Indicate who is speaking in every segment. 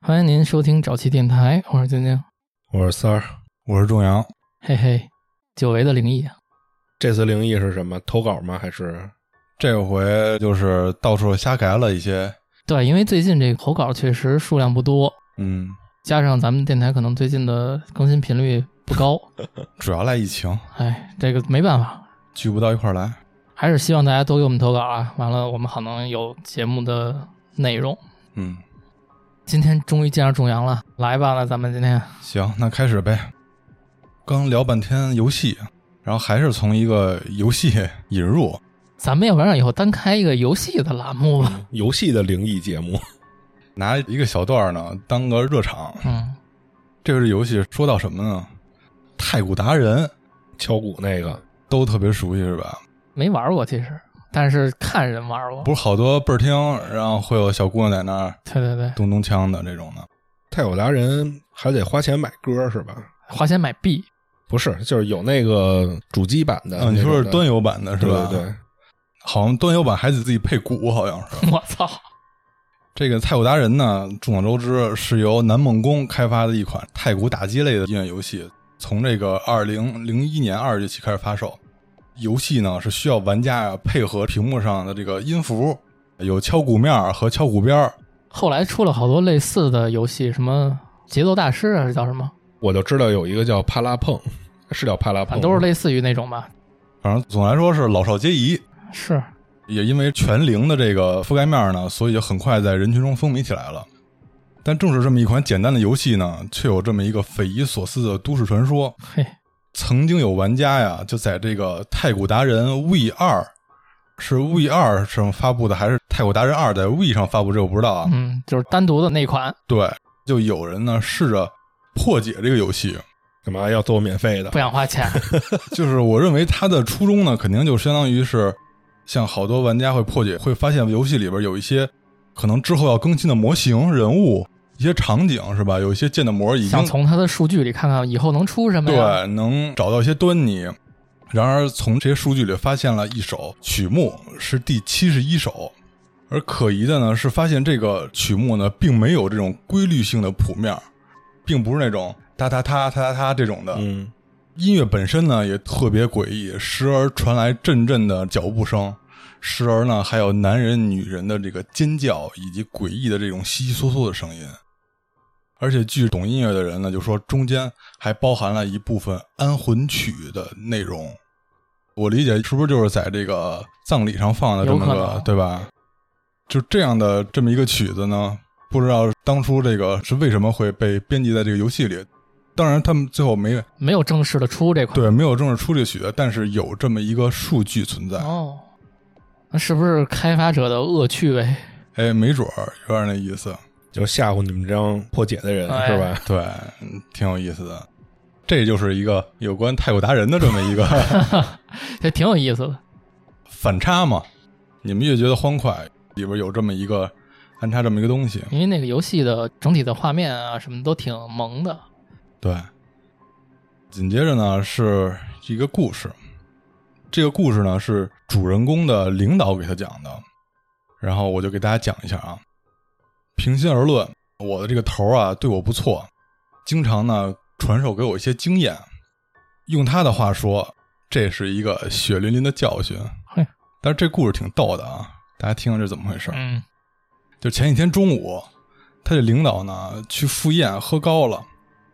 Speaker 1: 欢迎您收听早期电台，我是晶晶。
Speaker 2: 我是三儿，我是仲阳。
Speaker 1: 嘿嘿，久违的灵异啊！
Speaker 2: 这次灵异是什么？投稿吗？还是
Speaker 3: 这回就是到处瞎改了一些，
Speaker 1: 对，因为最近这个投稿确实数量不多，
Speaker 3: 嗯，
Speaker 1: 加上咱们电台可能最近的更新频率不高，
Speaker 3: 主要赖疫情
Speaker 1: 哎，这个没办法，
Speaker 3: 聚不到一块儿来。
Speaker 1: 还是希望大家多给我们投稿啊！完了，我们可能有节目的内容。
Speaker 3: 嗯，
Speaker 1: 今天终于见着仲阳了，来吧，那咱们今天啊
Speaker 3: 行，那开始呗。刚聊半天游戏，然后还是从一个游戏引入，
Speaker 1: 咱们要不然以后单开一个游戏的栏目吧？
Speaker 2: 游戏的灵异节目？
Speaker 3: 拿一个小段儿呢当个热场。
Speaker 1: 嗯，
Speaker 3: 这个游戏说到什么呢？太鼓达人
Speaker 2: 敲鼓那个？
Speaker 3: 都特别熟悉是吧？
Speaker 1: 没玩过其实，但是看人玩过。
Speaker 3: 不是好多倍儿听，然后会有小姑娘在那儿
Speaker 1: 对对对，
Speaker 3: 咚咚锵的这种的。
Speaker 2: 太鼓达人还得花钱买歌是吧？
Speaker 1: 花钱买币，
Speaker 2: 不是，就是有那个主机版的。
Speaker 3: 嗯、你说是端
Speaker 2: 游
Speaker 3: 游版的是
Speaker 2: 对
Speaker 3: 吧？
Speaker 2: 对对，
Speaker 3: 好像端游版还得自己配鼓，好像是。
Speaker 1: 我操！
Speaker 3: 这个太鼓达人呢，众所周知是由南梦宫开发的一款太鼓打击类的音乐游戏，从这个二零零一年二月起开始发售。游戏呢是需要玩家配合屏幕上的这个音符，有敲鼓面儿和敲鼓边儿。
Speaker 1: 后来出了好多类似的游戏，什么节奏大师啊，是叫什么？
Speaker 2: 我就知道有一个叫帕拉碰，啊是叫帕拉
Speaker 1: 反
Speaker 2: 碰，
Speaker 1: 正都是类似于那种吧。
Speaker 3: 反正总的来说是老少皆宜。
Speaker 2: 哦
Speaker 1: 是，
Speaker 3: 也因为全龄的这个覆盖面呢，所以就很快在人群中风靡起来了。但正是这么一款简单的游戏呢，却有这么一个匪夷所思的都市传说。
Speaker 1: 嘿，
Speaker 3: 曾经有玩家呀，就在这个太鼓达人 V 二，是 V 二上发布的，还是太鼓达人二在 V 上发布？这我不知道
Speaker 2: 哦
Speaker 3: 啊。
Speaker 1: 嗯，就是单独的那款，
Speaker 3: 对，就有人呢试着破解这个游戏，
Speaker 2: 干嘛要做免费的
Speaker 1: 不？想花 钱。
Speaker 3: 就是我认为他的初衷呢，肯定就相当于是像好多玩家会破解，会发现游戏里边有一些可能之后要更新的模型、人物、一些场景是吧？有一些建的模已经
Speaker 1: 想从它的数据里看看以后能出什么呀？
Speaker 3: 对，能找到一些端倪。然而，从这些数据里发现了一首曲目是第七十一首，而可疑的呢是发现这个曲目呢并没有这种规律性的谱面儿，并不是那种哒哒哒哒哒哒这种的。
Speaker 2: 嗯，
Speaker 3: 音乐本身呢也特别诡异，时而传来阵阵的脚步声，时而呢还有男人、女人的这个尖叫以及诡异的这种悉悉嗦嗦的声音。而且据懂音乐的人呢，就说中间还包含了一部分安魂曲的内容。我理解是不是就是在这个葬礼上放的这么
Speaker 1: 有可
Speaker 3: 个
Speaker 1: 能，
Speaker 3: 对吧？就这样的这么一个曲子呢，不知道当初这个是为什么会被编辑在这个游戏里。当然，他们最后没
Speaker 1: 没有正式的出这款。
Speaker 3: 对，没有正式出这曲，但是有这么一个数据存在。
Speaker 1: 哦，那是不是开发者的恶趣味？
Speaker 3: 哎，没准儿有点那意思，
Speaker 2: 就吓唬你们这帮破解的人
Speaker 1: 哎
Speaker 2: 是吧？
Speaker 3: 对，嗯挺有意思的。这就是一个有关太古达人的这么一个
Speaker 1: 这挺有意思的。
Speaker 3: 反差嘛。你们越觉得欢快，里边有这么一个安插这么一个东西，
Speaker 1: 因为那个游戏的整体的画面啊，什么都挺萌的。
Speaker 3: 对。紧接着呢是一个故事，这个故事呢是主人公的领导给他讲的，然后我就给大家讲一下啊。平心而论，我的这个头儿啊对我不错，经常呢传授给我一些经验。用他的话说，这是一个血淋淋的教训
Speaker 1: 嘿。
Speaker 3: 但是这故事挺逗的啊，大家听听这怎么回事儿？
Speaker 1: 嗯，
Speaker 3: 就前几天中午，他这领导呢去赴宴喝高了，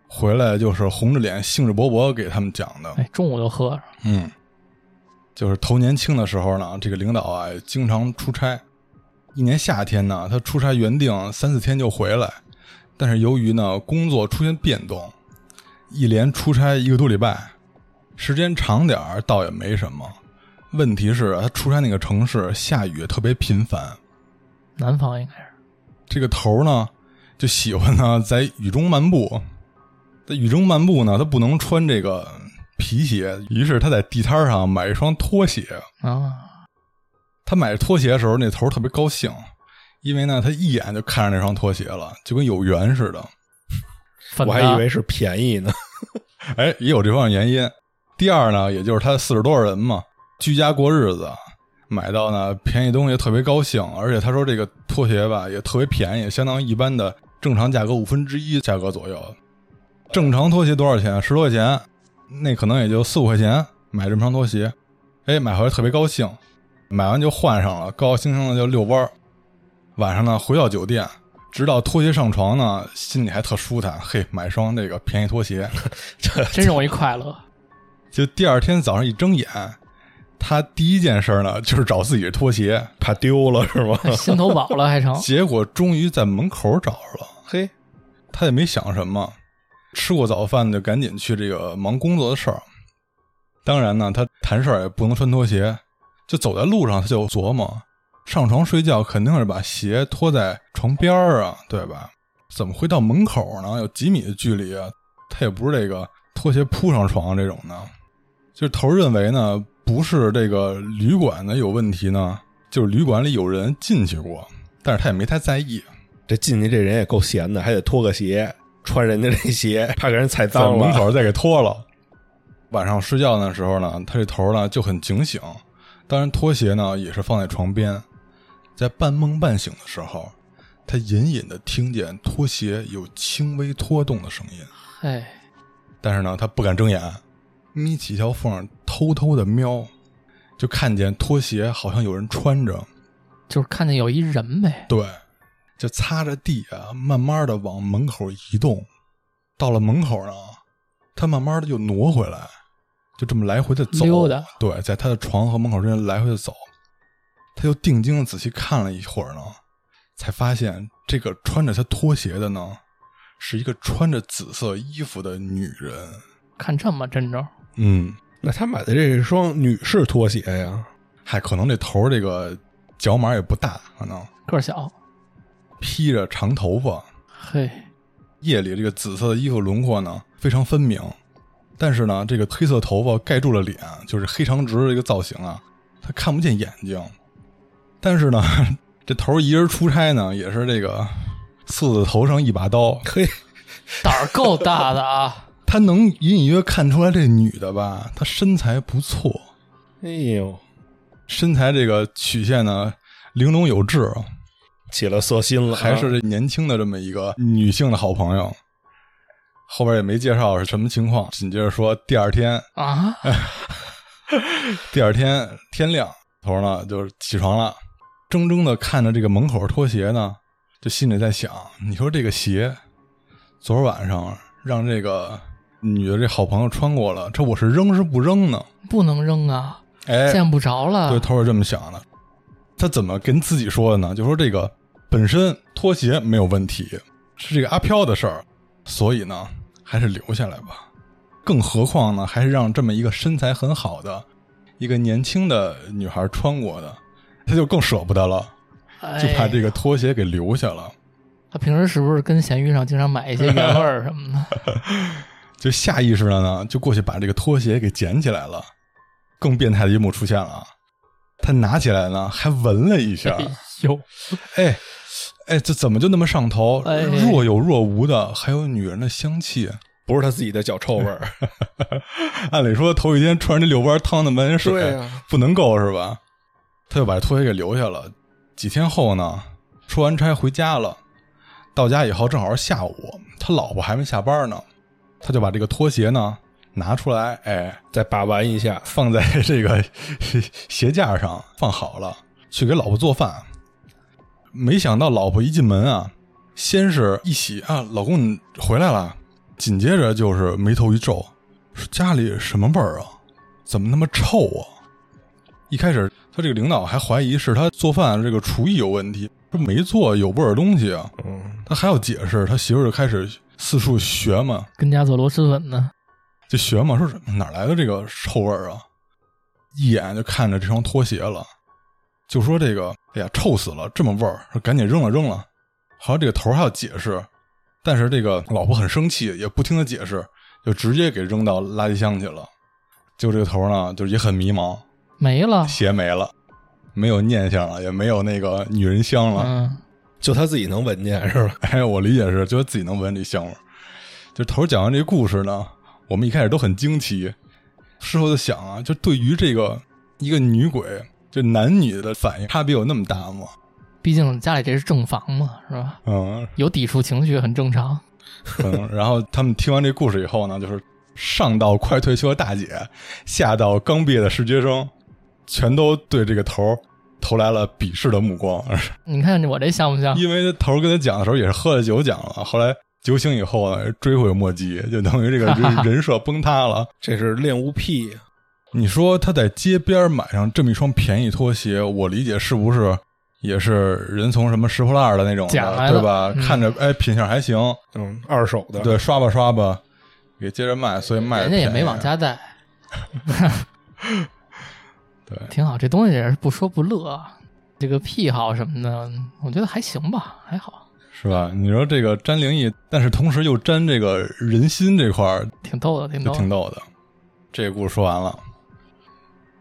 Speaker 3: 回来就是红着脸兴致勃勃给他们讲的。
Speaker 1: 哎，中午就喝了。
Speaker 3: 嗯，就是头年轻的时候呢，这个领导啊经常出差，一年夏天呢，他出差原定三四天就回来，但是由于呢工作出现变动，一连出差一个多礼拜，时间长点儿倒也没什么。问题是，他出差那个城市下雨特别频繁，
Speaker 1: 南方应该是
Speaker 3: 这个头儿呢，就喜欢呢在雨中漫步。在雨中漫步呢，他不能穿这个皮鞋，于是他在地摊上买一双拖鞋。
Speaker 1: 啊，
Speaker 3: 他买拖鞋的时候，那头儿特别高兴，因为呢，他一眼就看上那双拖鞋了，就跟有缘似的。
Speaker 1: 粉
Speaker 2: 我
Speaker 1: 的
Speaker 2: 还以为是便宜呢。
Speaker 3: 哎，也有这方面原因。第二呢，也就是他四十多少人嘛，居家过日子，买到呢便宜东西特别高兴，而且他说这个拖鞋吧也特别便宜，相当于一般的正常价格五分之一价格左右。正常拖鞋多少钱？十多块钱，那可能也就四五块钱买这么双拖鞋。哎，买回来特别高兴，买完就换上了，高高兴兴的就遛弯儿。晚上呢，回到酒店，直到拖鞋上床呢，心里还特舒坦。嘿，买双这个便宜拖鞋，
Speaker 2: 这
Speaker 1: 真容易快乐。
Speaker 3: 就第二天早上一睁眼，他第一件事儿呢就是找自己的拖鞋，
Speaker 2: 怕丢了是吗？
Speaker 1: 心头饱了 还成
Speaker 3: 结果终于在门口找着了。
Speaker 2: 嘿，
Speaker 3: 他也没想什么，吃过早饭就赶紧去这个忙工作的事儿。当然呢，他谈事儿也不能穿拖鞋，就走在路上他就琢磨，上床睡觉肯定是把鞋脱在床边儿啊，对吧？怎么会到门口呢？有几米的距离啊，他也不是这个拖鞋铺上床这种的。就是头儿认为呢，不是这个旅馆的有问题呢，就是旅馆里有人进去过，但是他也没太在意。
Speaker 2: 这进去这人也够闲的，还得脱个鞋，穿人家这鞋，怕给人踩
Speaker 3: 在
Speaker 2: 脏
Speaker 3: 门
Speaker 2: 了。
Speaker 3: 口再给脱了。晚上睡觉的时候呢，他这头呢就很警醒，当然拖鞋呢也是放在床边。在半梦半醒的时候，他隐隐的听见拖鞋有轻微拖动的声音，
Speaker 1: 哎，
Speaker 3: 但是呢，他不敢睁眼，眯起一条缝，偷偷的瞄，就看见拖鞋好像有人穿着，
Speaker 1: 就是看见有一人呗，
Speaker 3: 对，就擦着地啊，慢慢的往门口移动。到了门口呢，他慢慢的就挪回来，就这么来回的走。
Speaker 1: 溜达
Speaker 3: 对，在他的床和门口之间来回的走。他又定睛的仔细看了一会儿呢，才发现这个穿着他拖鞋的呢，是一个穿着紫色衣服的女人。
Speaker 1: 看这么真着，
Speaker 3: 嗯，
Speaker 2: 那他买的这双女士拖鞋呀，
Speaker 3: 还可能这头儿这个脚码也不大，可能
Speaker 1: 个儿小，
Speaker 3: 披着长头发，
Speaker 1: 嘿，
Speaker 3: 夜里这个紫色的衣服轮廓呢非常分明，但是呢，这个黑色头发盖住了脸，就是黑长直的一个造型啊，他看不见眼睛。但是呢， 这头儿一人出差呢，也是这个四字头上一把刀，
Speaker 2: 嘿，
Speaker 1: 胆儿够大的啊！
Speaker 3: 他能隐隐约看出来这女的吧，她身材不错，
Speaker 2: 哎呦，
Speaker 3: 身材这个曲线呢玲珑有致啊，
Speaker 2: 起了色心了，
Speaker 3: 还是这年轻的这么一个女性的好朋友。后边也没介绍是什么情况，紧接着说第二天
Speaker 1: 啊，
Speaker 3: 第二天天亮，头儿呢就是起床了，怔怔的看着这个门口拖鞋呢，就心里在想：你说这个鞋，昨儿晚上让这个女的这好朋友穿过了，这我是扔是不扔呢？
Speaker 1: 不能扔啊，
Speaker 3: 哎，
Speaker 1: 见不着了。
Speaker 3: 对，头儿是这么想的。他怎么跟自己说的呢？就说这个本身拖鞋没有问题，是这个阿飘的事儿，所以呢还是留下来吧。更何况呢，还是让这么一个身材很好的一个年轻的女孩穿过的，他就更舍不得了，
Speaker 1: 哎
Speaker 3: 就怕这个拖鞋给留下了。
Speaker 1: 他平时是不是跟闲鱼上经常买一些原味儿什么 的？
Speaker 3: 就下意识的呢，就过去把这个拖鞋给捡起来了。更变态的一幕出现了啊，他拿起来呢，还闻了一下，
Speaker 1: 哎呦，
Speaker 3: 哎，哎，这怎么就那么上头？
Speaker 1: 哎
Speaker 3: 若有若无的，还有女人的香气。
Speaker 2: 不是他自己的脚臭味儿？
Speaker 3: 按理说，头一天穿着遛弯儿趟那满眼水，
Speaker 2: 对啊
Speaker 3: 不能够是吧？他就把拖鞋给留下了。几天后呢，出完差回家了，到家以后正好是下午，他老婆还没下班呢，他就把这个拖鞋呢拿出来，哎，
Speaker 2: 再把玩一下，
Speaker 3: 放在这个 鞋架上放好了，去给老婆做饭。没想到老婆一进门啊，先是一喜啊，老公你回来了，紧接着就是眉头一皱，说家里什么味儿啊？怎么那么臭啊？一开始他这个领导还怀疑是他做饭这个厨艺有问题，说没做有味儿的东西啊，
Speaker 2: 嗯，
Speaker 3: 他还要解释，他媳妇儿就开始四处学嘛，
Speaker 1: 跟家做螺蛳粉呢？
Speaker 3: 就学嘛，说是哪儿来的这个臭味儿啊？一眼就看着这双拖鞋了，就说这个，哎呀，臭死了，这么味儿，说赶紧扔了扔了。好像这个头儿还要解释，但是这个老婆很生气，也不听他解释，就直接给扔到垃圾箱去了。就这个头儿呢，就是也很迷茫，
Speaker 1: 没了。
Speaker 3: 鞋没了，没有念想了，也没有那个女人香了。
Speaker 1: 嗯，
Speaker 2: 就他自己能闻见嗯是吧？
Speaker 3: 哎，我理解是，觉得自己能闻这香味儿。就头儿讲完这故事呢，我们一开始都很惊奇，事后就想啊，就对于这个一个女鬼，就男女的反应差别有那么大吗？
Speaker 1: 毕竟家里这是正房嘛，是吧？
Speaker 3: 嗯，
Speaker 1: 有抵触情绪很正常。
Speaker 3: 嗯，然后他们听完这故事以后呢，就是上到快退休的大姐，下到刚毕业的实习生，全都对这个头儿投来了鄙视的目光。
Speaker 1: 你看我这像不 像？
Speaker 3: 因为头儿跟他讲的时候也是喝了酒讲了，后来酒醒以后呢，追悔莫及，就等于这个 人人设崩塌了。
Speaker 2: 这是恋物癖，
Speaker 3: 你说他在街边买上这么一双便宜拖鞋，我理解是不是也是人从什么拾破烂儿的那种
Speaker 1: 捡来的
Speaker 3: 的，对吧？
Speaker 1: 嗯
Speaker 3: 看着哎品相还行，
Speaker 2: 嗯，二手的，，
Speaker 3: 对，刷吧刷吧，给接着卖，所以卖
Speaker 1: 人家也
Speaker 3: 便宜
Speaker 1: 没往家带，
Speaker 3: 对。
Speaker 1: 挺好。这东西也是不说不乐，啊这个癖好什么的，我觉得还行吧，还好，
Speaker 3: 是吧？你说这个沾灵异，但是同时又沾这个人心这块儿，
Speaker 1: 挺逗的，挺
Speaker 3: 就
Speaker 1: 逗的。
Speaker 3: 挺逗的。这个故事说完了，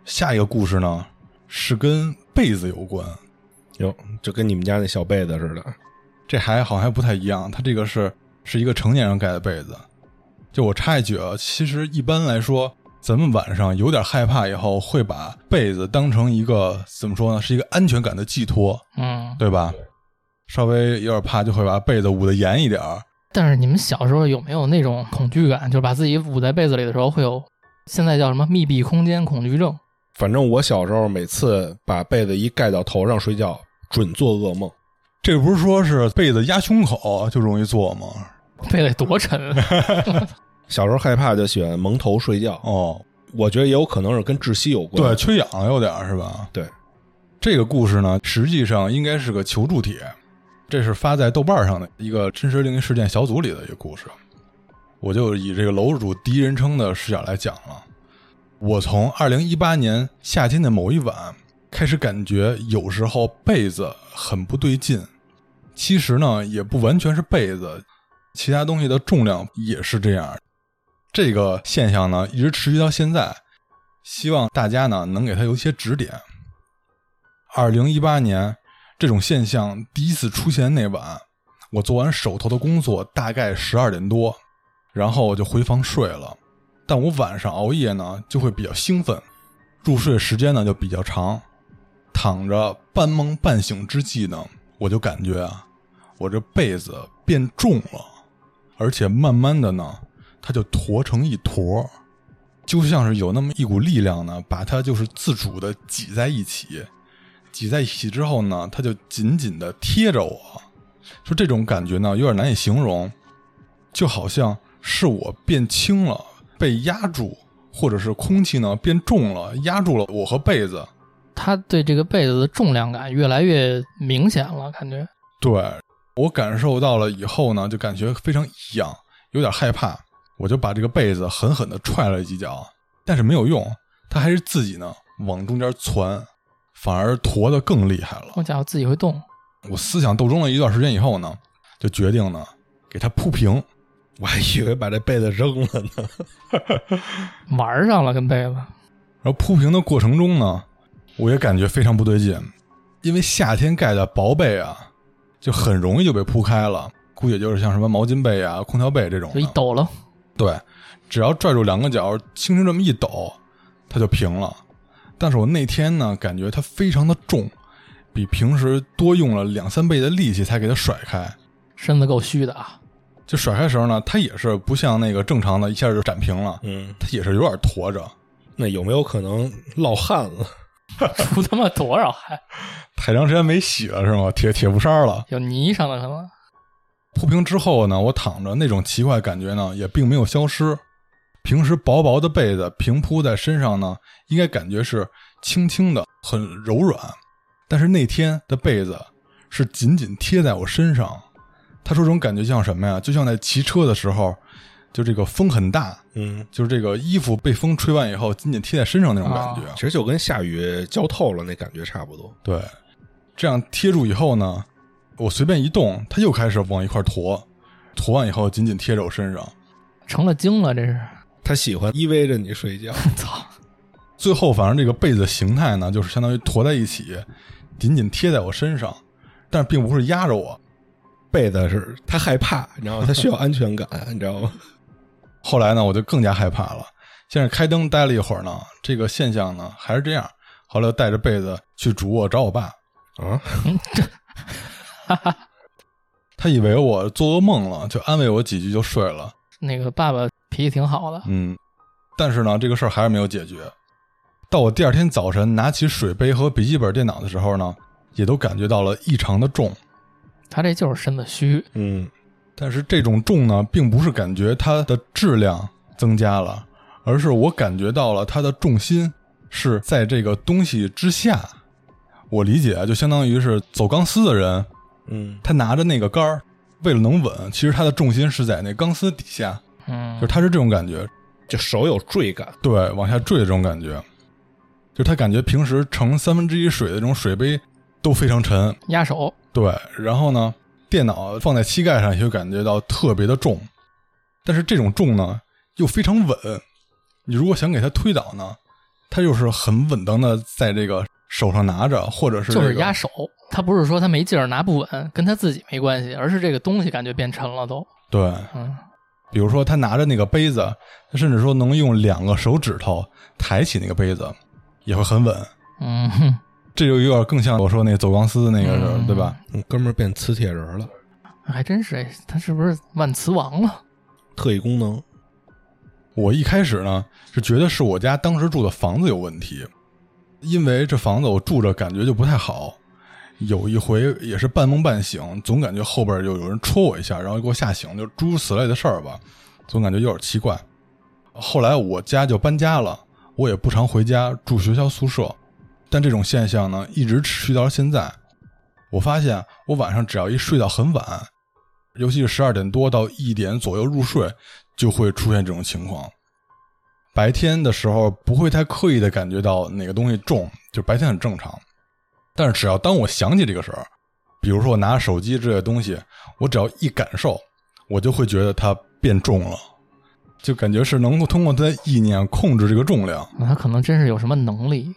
Speaker 3: 下一个故事呢是跟被子有关，
Speaker 2: 哟，就跟你们家那小被子似的，
Speaker 3: 这还好像还不太一样。它这个是是一个成年人盖的被子。就我插一句啊，其实一般来说，咱们晚上有点害怕以后，会把被子当成一个怎么说呢，是一个安全感的寄托，
Speaker 1: 嗯，
Speaker 3: 对吧？稍微有点怕，就会把被子捂得严一点儿。
Speaker 1: 但是你们小时候有没有那种恐惧感？就是把自己捂在被子里的时候，会有现在叫什么密闭空间恐惧症？
Speaker 2: 反正我小时候每次把被子一盖到头上睡觉，准做噩梦。
Speaker 3: 这不是说是被子压胸口就容易做吗？
Speaker 1: 被子多沉 啊！
Speaker 2: 小时候害怕就喜欢蒙头睡觉，
Speaker 3: 哦，
Speaker 2: 我觉得也有可能是跟窒息有
Speaker 3: 对，
Speaker 2: 关。
Speaker 3: 缺氧有点儿是吧？
Speaker 2: 对，
Speaker 3: 这个故事呢，实际上应该是个求助帖，这是发在豆瓣上的一个真实灵异事件小组里的一个故事。我就以这个楼主第一人称的视角来讲了。我从二零一八年夏天的某一晚开始感觉，有时候被子很不对劲。其实呢，也不完全是被子，其他东西的重量也是这样。这个现象呢，一直持续到现在。希望大家呢能给他有一些指点。二零一八年这种现象第一次出现那晚，我做完手头的工作，大概十二点多，然后我就回房睡了。但我晚上熬夜呢，就会比较兴奋，入睡时间呢就比较长。躺着半梦半醒之际呢，我就感觉啊，我这被子变重了，而且慢慢的呢，它就坨成一坨儿。就像是有那么一股力量呢，把它就是自主的挤在一起，挤在一起之后呢，它就紧紧的贴着我，就这种感觉呢，有点难以形容，就好像是我变轻了，被压住，或者是空气呢变重了，压住了我和被子。
Speaker 1: 他对这个被子的重量感越来越明显了，感觉
Speaker 3: 对我感受到了以后呢，就感觉非常异样，有点害怕，我就把这个被子狠狠的踹了几脚，但是没有用，它还是自己呢往中间窜，反而驮的更厉害了。
Speaker 1: 我家伙自己会动，
Speaker 3: 我思想斗争了一段时间以后呢，就决定呢给它铺平。
Speaker 2: 我还以为把这被子扔了呢。
Speaker 1: 玩上了跟被子。
Speaker 3: 然后铺平的过程中呢，我也感觉非常不对劲，因为夏天盖的薄被啊，就很容易就被铺开了，估计也就是像什么毛巾被啊、空调被这种
Speaker 1: 就一
Speaker 3: 的。
Speaker 1: 抖了，
Speaker 3: 对，只要拽住两个角，轻轻这么一抖，它就平了。但是我那天呢，感觉它非常的重，比平时多用了两三倍的力气才给它甩开。
Speaker 1: 身子够虚的啊！
Speaker 3: 就甩开的时候呢，它也是不像那个正常的一下就展平了，
Speaker 2: 嗯，
Speaker 3: 它也是有点驮着，
Speaker 2: 那有没有可能落汗了？
Speaker 1: 出他妈多少汗，
Speaker 3: 太长时间没洗了是吗？铁铁布衫了。
Speaker 1: 有泥上的可能。
Speaker 3: 铺平之后呢，我躺着那种奇怪感觉呢也并没有消失。平时薄薄的被子平铺在身上呢，应该感觉是轻轻的，很柔软。但是那天的被子是紧紧贴在我身上。他说这种感觉像什么呀？就像在骑车的时候，就这个风很大，
Speaker 2: 嗯，
Speaker 3: 就是这个衣服被风吹完以后紧紧贴在身上那种感觉。
Speaker 1: 啊
Speaker 2: 其实就跟下雨浇透了那感觉差不多。
Speaker 3: 对，这样贴住以后呢，我随便一动，它又开始往一块儿驮，驮完以后紧紧贴着我身上。
Speaker 1: 成了精了，这是！
Speaker 2: 他喜欢依偎着你睡觉，
Speaker 1: 操，
Speaker 3: 最后，反正这个被子形态呢，就是相当于驮在一起，紧紧贴在我身上，但并不是压着我。
Speaker 2: 被子是他害怕，你知道吗？他需要安全感，你知道吗？
Speaker 3: 后来呢，我就更加害怕了。先是开灯待了一会儿呢，这个现象呢还是这样。后来又带着被子去主卧找我爸，
Speaker 2: 啊，
Speaker 3: 他以为我做噩梦了，就安慰我几句就睡了。
Speaker 1: 那个爸爸脾气挺好的，
Speaker 3: 嗯，但是呢，这个事儿还是没有解决。到我第二天早晨拿起水杯和笔记本电脑的时候呢，也都感觉到了异常的重。
Speaker 1: 他这就是身子虚，
Speaker 2: 嗯，
Speaker 3: 但是这种重呢，并不是感觉它的质量增加了，而是我感觉到了它的重心是在这个东西之下。我理解啊，就相当于是走钢丝的人，
Speaker 2: 嗯，
Speaker 3: 他拿着那个杆儿，为了能稳，其实他的重心是在那钢丝底下，
Speaker 1: 嗯
Speaker 3: 就是，他是这种感觉，
Speaker 2: 就手有坠感，
Speaker 3: 对，往下坠的这种感觉，就是他感觉平时盛三分之一水的这种水杯都非常沉，
Speaker 1: 压手，
Speaker 3: 对，然后呢，电脑放在膝盖上也会感觉到特别的重，但是这种重呢又非常稳，你如果想给它推倒呢，它又是很稳当的在这个手上拿着，或者是、这
Speaker 1: 就
Speaker 3: 个、
Speaker 1: 是压手。他不是说他没劲儿拿不稳，跟他自己没关系，而是这个东西感觉变沉了都。
Speaker 3: 对，
Speaker 1: 嗯，
Speaker 3: 比如说他拿着那个杯子，他甚至说能用两个手指头抬起那个杯子，也会很稳，
Speaker 1: 嗯哼，
Speaker 3: 这就有点更像我说那走钢丝那个事儿，
Speaker 1: 嗯
Speaker 3: 对吧？
Speaker 2: 嗯哥们儿变磁铁人了，
Speaker 1: 还真是，哎他是不是万磁王啊了？
Speaker 2: 特异功能，
Speaker 3: 我一开始呢是觉得是我家当时住的房子有问题，因为这房子我住着感觉就不太好。有一回也是半梦半醒，总感觉后边就有人戳我一下，然后给我吓醒，就诸如此类的事儿吧，总感觉有点奇怪。后来我家就搬家了，我也不常回家，住学校宿舍。但这种现象呢，一直持续到了现在。我发现我晚上只要一睡到很晚，尤其是十二点多到一点左右入睡，就会出现这种情况。白天的时候不会太刻意的感觉到哪个东西重，就白天很正常。但是只要当我想起这个事儿，比如说我拿着手机这个东西，我只要一感受，我就会觉得它变重了，就感觉是能够通过它的意念控制这个重量。
Speaker 1: 那他可能真是有什么能力。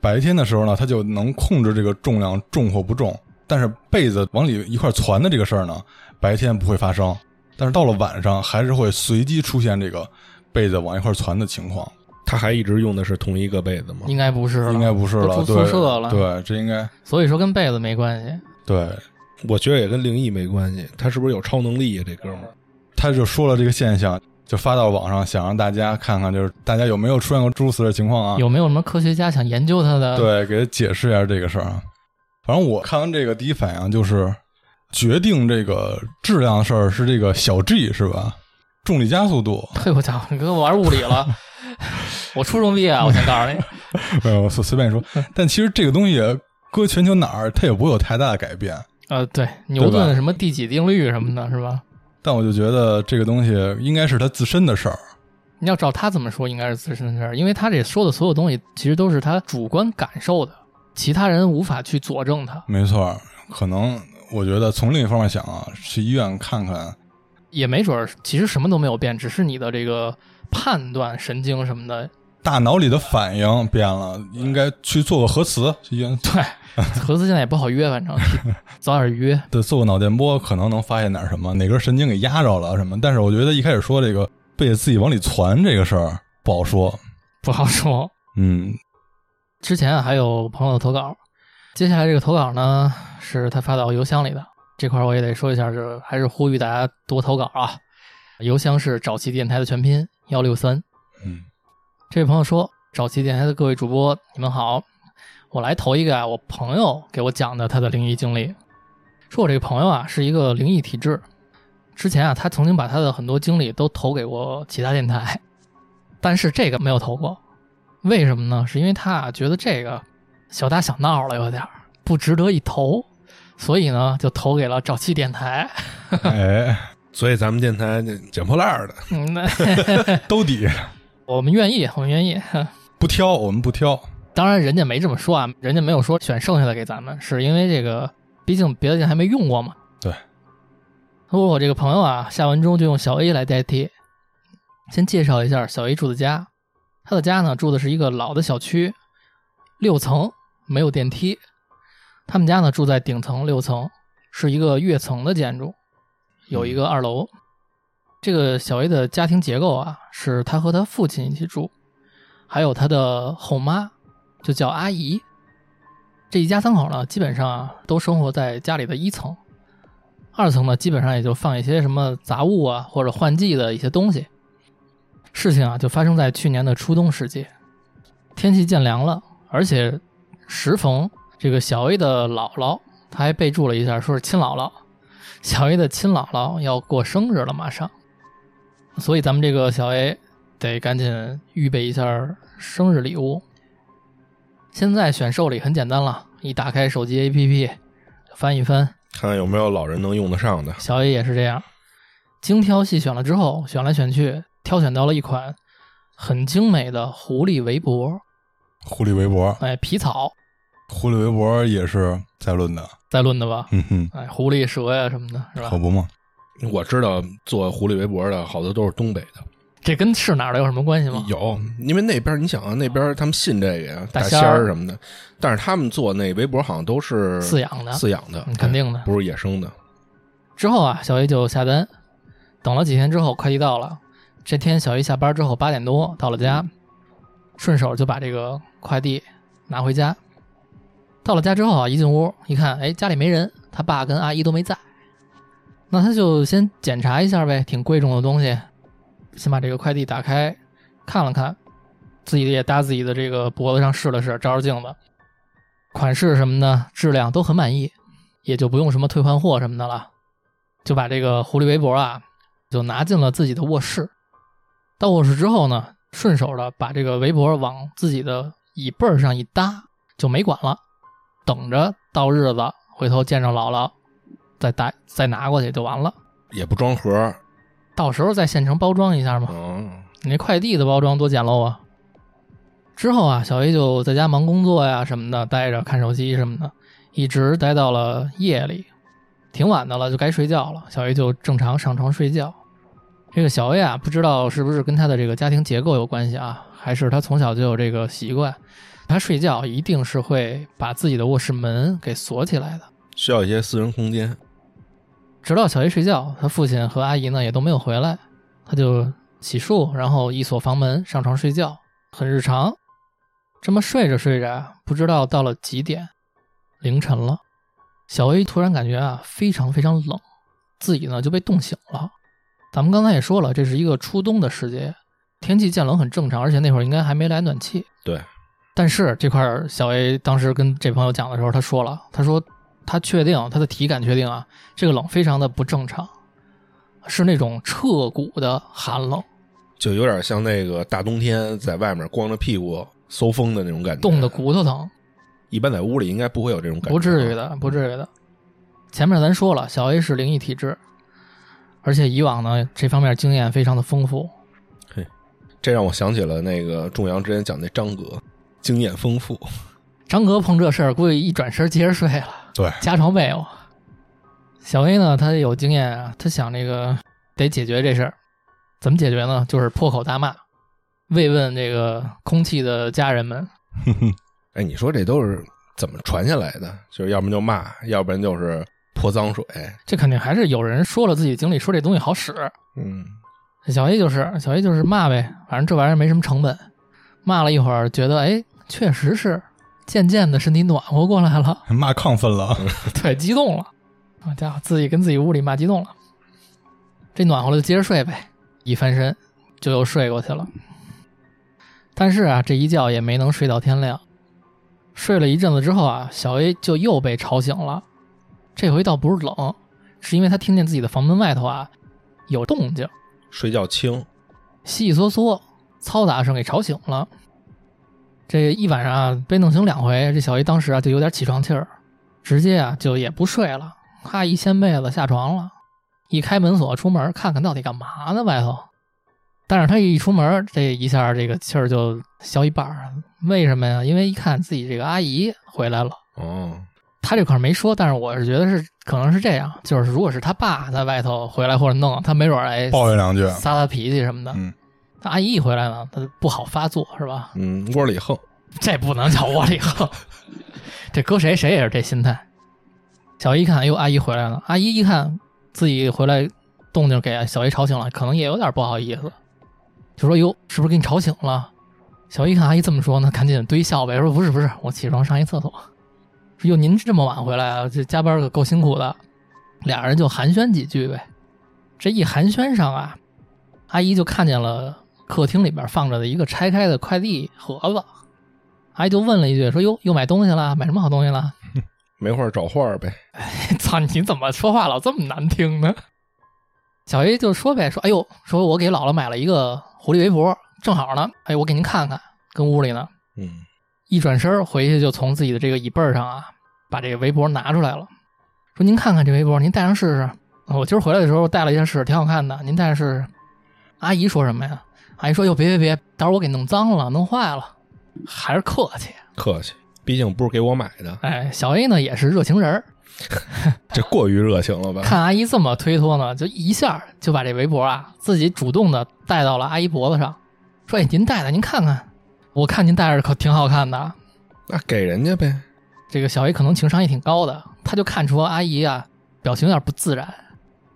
Speaker 3: 白天的时候呢，它就能控制这个重量重或不重，但是被子往里一块攒的这个事儿呢，白天不会发生，但是到了晚上还是会随机出现这个被子往一块攒的情况，
Speaker 2: 他还一直用的是同一个被子吗？
Speaker 1: 应该不是了，
Speaker 3: 应该不是了，
Speaker 1: 都住宿舍了
Speaker 3: 对，对，这应该
Speaker 1: 所以说跟被子没关系。
Speaker 3: 对。
Speaker 2: 我觉得也跟灵异没关系，他是不是有超能力呀、这哥们儿，
Speaker 3: 他就说了这个现象，就发到网上，想让大家看看，就是大家有没有出现过诸如此类的情况啊？
Speaker 1: 有没有什么科学家想研究他的？，
Speaker 3: 对，给他解释一下这个事儿啊。反正我看完这个第一反应就是，决定这个质量的事儿是这个小 G 是吧？重力加速 度，
Speaker 1: 嘿，我操， 你跟我玩物理了？我初中毕业啊，我先告诉你，
Speaker 3: 没哎有我随随便说。 但其实这个东西搁全球哪儿，它也不会有太大的改变。
Speaker 1: 呃，对，牛顿的什么第几定律什么的，是吧？
Speaker 3: 但我就觉得这个东西应该是它自身的事儿。
Speaker 1: 你要照他这么说，应该是自身的事儿，因为他这说的所有东西，其实都是他主观感受的，其他人无法去佐证他，
Speaker 3: 没错儿，可能我觉得从另一方面想啊，去医院看看，
Speaker 1: 也没准儿其实什么都没有变，只是你的这个判断、神经什么的，
Speaker 3: 大脑里的反应变了，应该去做个核磁，去医院
Speaker 1: 对，合资现在也不好约，反正 早点约，
Speaker 3: 对，做个脑电波，可能能发现点儿什么，哪根神经给压着了什么。但是我觉得一开始说这个被自己往里传这个事儿不好说。
Speaker 1: 不好说。
Speaker 3: 嗯，
Speaker 1: 之前啊还有朋友投稿，接下来这个投稿呢是他发到邮箱里的，这块儿我也得说一下，是还是呼吁大家多投稿啊。邮箱是找齐电台的全拼幺六三。
Speaker 3: 嗯，
Speaker 1: 这位朋友说：“找齐电台的各位主播，你们好，我来投一个啊，我朋友给我讲的他的灵异经历。说我这个朋友啊是一个灵异体质，之前啊他曾经把他的很多经历都投给过其他电台，但是这个没有投过，为什么呢？是因为他啊觉得这个小打小闹了有点儿不值得一投，所以呢就投给了找齐电台。
Speaker 3: 哎，
Speaker 2: 所以咱们电台那捡破烂儿的，
Speaker 1: 嗯，那
Speaker 3: 兜底
Speaker 1: 我们愿意，我们愿意。”
Speaker 3: 不挑，我们不挑。
Speaker 1: 当然，人家没这么说啊，人家没有说选剩下的给咱们，是因为这个，毕竟别的店还没用过嘛。
Speaker 3: 对。
Speaker 1: 不过我这个朋友啊，下文中就用小 A 来代替。先介绍一下小 A 住的家，他的家呢住的是一个老的小区，六层没有电梯。他们家呢住在顶层六层，是一个跃层的建筑，有一个二楼。这个小 A 的家庭结构啊，是他和他父亲一起住，还有他的后妈，就叫阿姨。这一家三口呢，基本上啊都生活在家里的一层，二层呢基本上也就放一些什么杂物啊或者换季的一些东西。事情啊就发生在去年的初冬时节，天气渐凉了，而且时逢这个小 A 的姥姥，她还备注了一下，说是亲姥姥，小 A 的亲姥姥要过生日了，马上，所以咱们这个小 A 得赶紧预备一下生日礼物。现在选寿礼很简单了，一打开手机 APP 翻一翻，
Speaker 2: 看看有没有老人能用得上的。
Speaker 1: 小 A 也是这样，精挑细选了之后，选来选去，挑选到了一款很精美的狐狸围脖，
Speaker 3: 狐狸围脖，
Speaker 1: 哎，皮草
Speaker 3: 狐狸围脖也是在论的，
Speaker 1: 再论的吧，
Speaker 3: 嗯哼，
Speaker 1: 哎，狐狸蛇呀、什么的，是
Speaker 3: 可
Speaker 1: 吧？
Speaker 3: 不嘛。
Speaker 2: 我知道做狐狸围脖的好多都是东北的，
Speaker 1: 这跟是哪儿的有什么关系吗？
Speaker 2: 有，因为那边你想啊，那边他们信这个呀，
Speaker 1: 大
Speaker 2: 大
Speaker 1: 仙
Speaker 2: 仙
Speaker 1: 儿
Speaker 2: 儿什么的，但是他们做那围脖好像都是
Speaker 1: 饲养的
Speaker 2: 饲养的
Speaker 1: 嗯，肯定的
Speaker 2: 对不是野生的。
Speaker 1: 之后啊，小 A 就下单，等了几天之后，快递到了。这天小 A 下班之后八点多到了家，顺手就把这个快递拿回家。到了家之后啊，一进屋一看，哎，家里没人，他爸跟阿姨都没在。那他就先检查一下呗，挺贵重的东西，先把这个快递打开看了看，自己也搭自己的这个脖子上试了试，照照镜子，款式什么的，质量都很满意，也就不用什么退换货什么的了。就把这个狐狸围脖啊，就拿进了自己的卧室。到卧室之后呢，顺手的把这个围脖往自己的椅背儿上一搭，就没管了，等着到日子回头见着姥姥，再打再拿过去就完了。
Speaker 2: 也不装盒，
Speaker 1: 到时候再现成包装一下嘛。
Speaker 2: 嗯，
Speaker 1: 你那快递的包装多简陋啊！之后啊，小 A 就在家忙工作呀什么的，待着看手机什么的，一直待到了夜里，挺晚的了，就该睡觉了。小 A 就正常上床睡觉。这个小 A 啊，不知道是不是跟他的这个家庭结构有关系啊，还是他从小就有这个习惯，他睡觉一定是会把自己的卧室门给锁起来的。
Speaker 2: 需要一些私人空间。
Speaker 1: 直到小 A 睡觉，他父亲和阿姨呢也都没有回来，他就洗漱，然后一锁房门，上床睡觉，很日常。这么睡着睡着啊，不知道到了几点，凌晨了，小 A 突然感觉啊非常非常冷，自己呢就被冻醒了。咱们刚才也说了，这是一个初冬的时节，天气渐冷很正常，而且那会儿应该还没来暖气。
Speaker 2: 对，
Speaker 1: 但是这块儿小 A 当时跟这朋友讲的时候，他说了，他说他确定他的体感确定啊，这个冷非常的不正常，是那种彻骨的寒冷，
Speaker 2: 就有点像那个大冬天在外面光着屁股搜风的那种感觉，
Speaker 1: 冻得。骨头疼，
Speaker 2: 一般在屋里应该不会有这种感觉，啊
Speaker 1: 不至于。的，不至于的。前面咱说了，小 A 是灵异体质，而且以往呢这方面经验非常的丰富，
Speaker 2: 这让我想起了那个仲阳之前讲那张哥，经验丰富。
Speaker 1: 张哥碰这事儿，估计一转身接着睡了。
Speaker 3: 对，
Speaker 1: 加床被窝。小 A 呢，他有经验啊，他想这个得解决这事儿，怎么解决呢？就是破口大骂，慰问这个空气的家人们。
Speaker 2: 哎，你说这都是怎么传下来的？就是要不然就骂，要不然就是泼脏水。
Speaker 1: 这肯定还是有人说了自己经历，说这东西好使。
Speaker 2: 嗯，
Speaker 1: 小 A 就是小 A 就是骂呗，反正这玩意儿没什么成本。骂了一会儿，觉得哎，确实是，渐渐的身体暖和过来 了。
Speaker 3: 骂亢奋了，
Speaker 1: 对，激动了，好家伙，自己跟自己屋里骂激动了。这暖和了就接着睡呗，一翻身就又睡过去了。但是啊，这一觉也没能睡到天亮。睡了一阵子之后啊，小 A 就又被吵醒了。这回倒不是冷，是因为他听见自己的房门外头啊有动静，
Speaker 2: 睡觉轻，
Speaker 1: 悉悉嗦嗦、嘈杂声给吵醒了。这一晚上啊，被弄醒两回，这小姨当时啊就有点起床气儿，直接啊就也不睡了，咔一掀被子下床了，一开门锁出门看看到底干嘛呢外头。但是她一出门，这一下这个气儿就消一半儿，为什么呀？因为一看自己这个阿姨回来了。
Speaker 2: 哦，
Speaker 1: 他这块儿没说，但是我是觉得是可能是这样，就是如果是他爸在外头回来或者弄，他没准儿哎
Speaker 3: 抱怨两句，
Speaker 1: 撒撒脾气什么的。
Speaker 3: 嗯，
Speaker 1: 他阿姨一回来呢，他不好发作是吧？
Speaker 2: 嗯，窝里横，
Speaker 1: 这不能叫窝里横，这搁谁谁也是这心态。小姨一看，哎呦，阿姨回来了。阿姨一看自己回来动静给小姨吵醒了，可能也有点不好意思，就说：“哟，是不是给你吵醒了？”小姨看阿姨这么说呢，赶紧堆笑呗，说：“不是不是，我起床上一厕所。”说哟您这么晚回来啊，这加班可够辛苦的。俩人就寒暄几句呗。这一寒暄上啊，阿姨就看见了客厅里边放着的一个拆开的快递盒子。阿姨就问了一句，说哟又买东西啦？买什么好东西啦？
Speaker 2: 没话儿找话儿呗。
Speaker 1: 操，你怎么说话老这么难听呢？小 A 就说呗，说哎呦，说我给姥姥买了一个狐狸围脖，正好呢，哎，我给您看看，跟屋里呢。
Speaker 2: 嗯，
Speaker 1: 一转身儿回去就从自己的这个椅背儿上啊，把这个围脖拿出来了，说您看看这围脖，您戴上试试。啊我今儿回来的时候戴了一下试，挺好看的，您戴上试试。阿姨说什么呀？阿姨说哟，别别别，到时候我给弄脏了，弄坏了。还是客气，
Speaker 2: 客气，毕竟不是给我买的，
Speaker 1: 哎，小 A 呢也是热情人儿，
Speaker 2: 这过于热情了吧？
Speaker 1: 看阿姨这么推脱呢，就一下就把这围脖啊自己主动的戴到了阿姨脖子上，说：“哎，您戴戴，您看看，我看您戴着可挺好看的。
Speaker 2: 那给人家呗。”
Speaker 1: 这个小 A 可能情商也挺高的，他就看出阿姨啊表情有点不自然，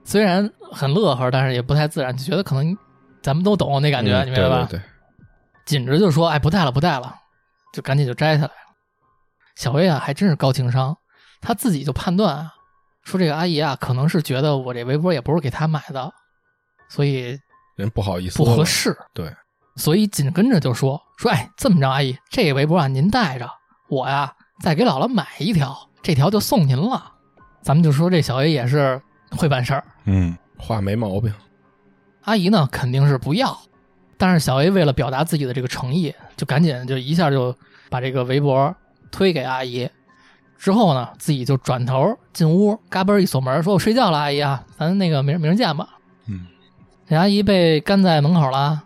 Speaker 1: 虽然很乐呵，但是也不太自然，就觉得可能咱们都懂那感觉，
Speaker 2: 嗯
Speaker 1: 你明白吧？
Speaker 2: 对对对，
Speaker 1: 紧着就说：“哎，不戴了，不戴了！”就赶紧就摘下来了。小薇啊，还真是高情商，她自己就判断啊，说这个阿姨啊，可能是觉得我这围脖也不是给她买的，所以
Speaker 2: 人不好意思，
Speaker 1: 不合。适。
Speaker 2: 对，
Speaker 1: 所以紧跟着就说：“说哎，这么着，阿姨，这围脖啊，您戴着，我呀再给姥姥买一条，这条就送您了。”咱们就说这小薇也是会办事儿，
Speaker 3: 嗯，
Speaker 2: 话没毛病。
Speaker 1: 阿姨呢肯定是不要，但是小 A 为了表达自己的这个诚意，就赶紧就一下就把这个围脖推给阿姨，之后呢自己就转头进屋，嘎嘣一锁门，说我睡觉了，阿姨啊，咱那个明儿明儿见吧。
Speaker 3: 嗯，
Speaker 1: 这阿姨被干在门口了，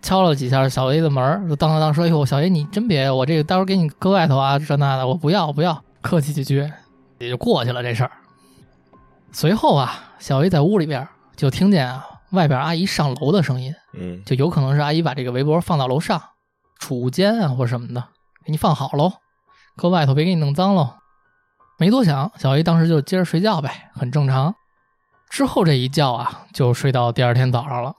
Speaker 1: 敲了几下小 A 的门，就当当当说：“哎呦，小 A 你真别，我这个到时候给你搁外头啊，这那的，我不要，我不要。”客气几句也就过去了这事儿。随后啊，小 A 在屋里边就听见啊外边阿姨上楼的声音，
Speaker 2: 嗯，
Speaker 1: 就有可能是阿姨把这个围脖放到楼上储物间啊或什么的，给你放好喽，搁外头别给你弄脏喽。没多想，小 A 当时就接着睡觉呗，很正常。之后这一觉啊，就睡到第二天早上了。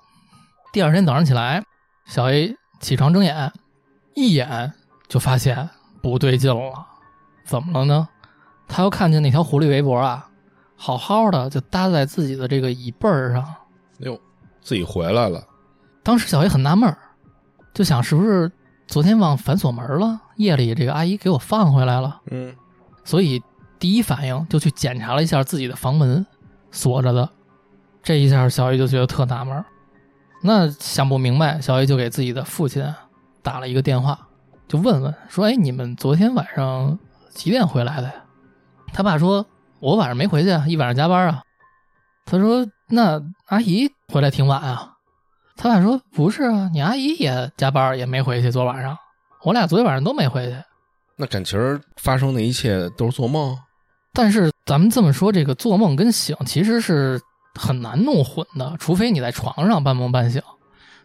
Speaker 1: 第二天早上起来，小 A 起床睁眼，一眼就发现不对劲了。怎么了呢？他又看见那条狐狸围脖啊，好好的就搭在自己的这个椅背儿上，
Speaker 2: 哟，哎自己回来了，
Speaker 1: 当时小 A 很纳闷儿，就想是不是昨天忘反锁门了，夜里这个阿姨给我放回来了，
Speaker 2: 嗯，
Speaker 1: 所以第一反应就去检查了一下自己的房门，锁着的。这一下小 A 就觉得特纳闷儿，那想不明白，小 A 就给自己的父亲打了一个电话，就问问说：“哎，你们昨天晚上几点回来的呀？”他爸说：“我晚上没回去啊，一晚上加班啊。”他说：“那阿姨回来挺晚啊。”他爸说：“不是啊，你阿姨也加班，也没回去。昨晚上我俩昨天晚上都没回去。
Speaker 2: 那感情儿发生的一切都是做梦。
Speaker 1: 但是咱们这么说，这个做梦跟醒其实是很难弄混的，除非你在床上半梦半醒。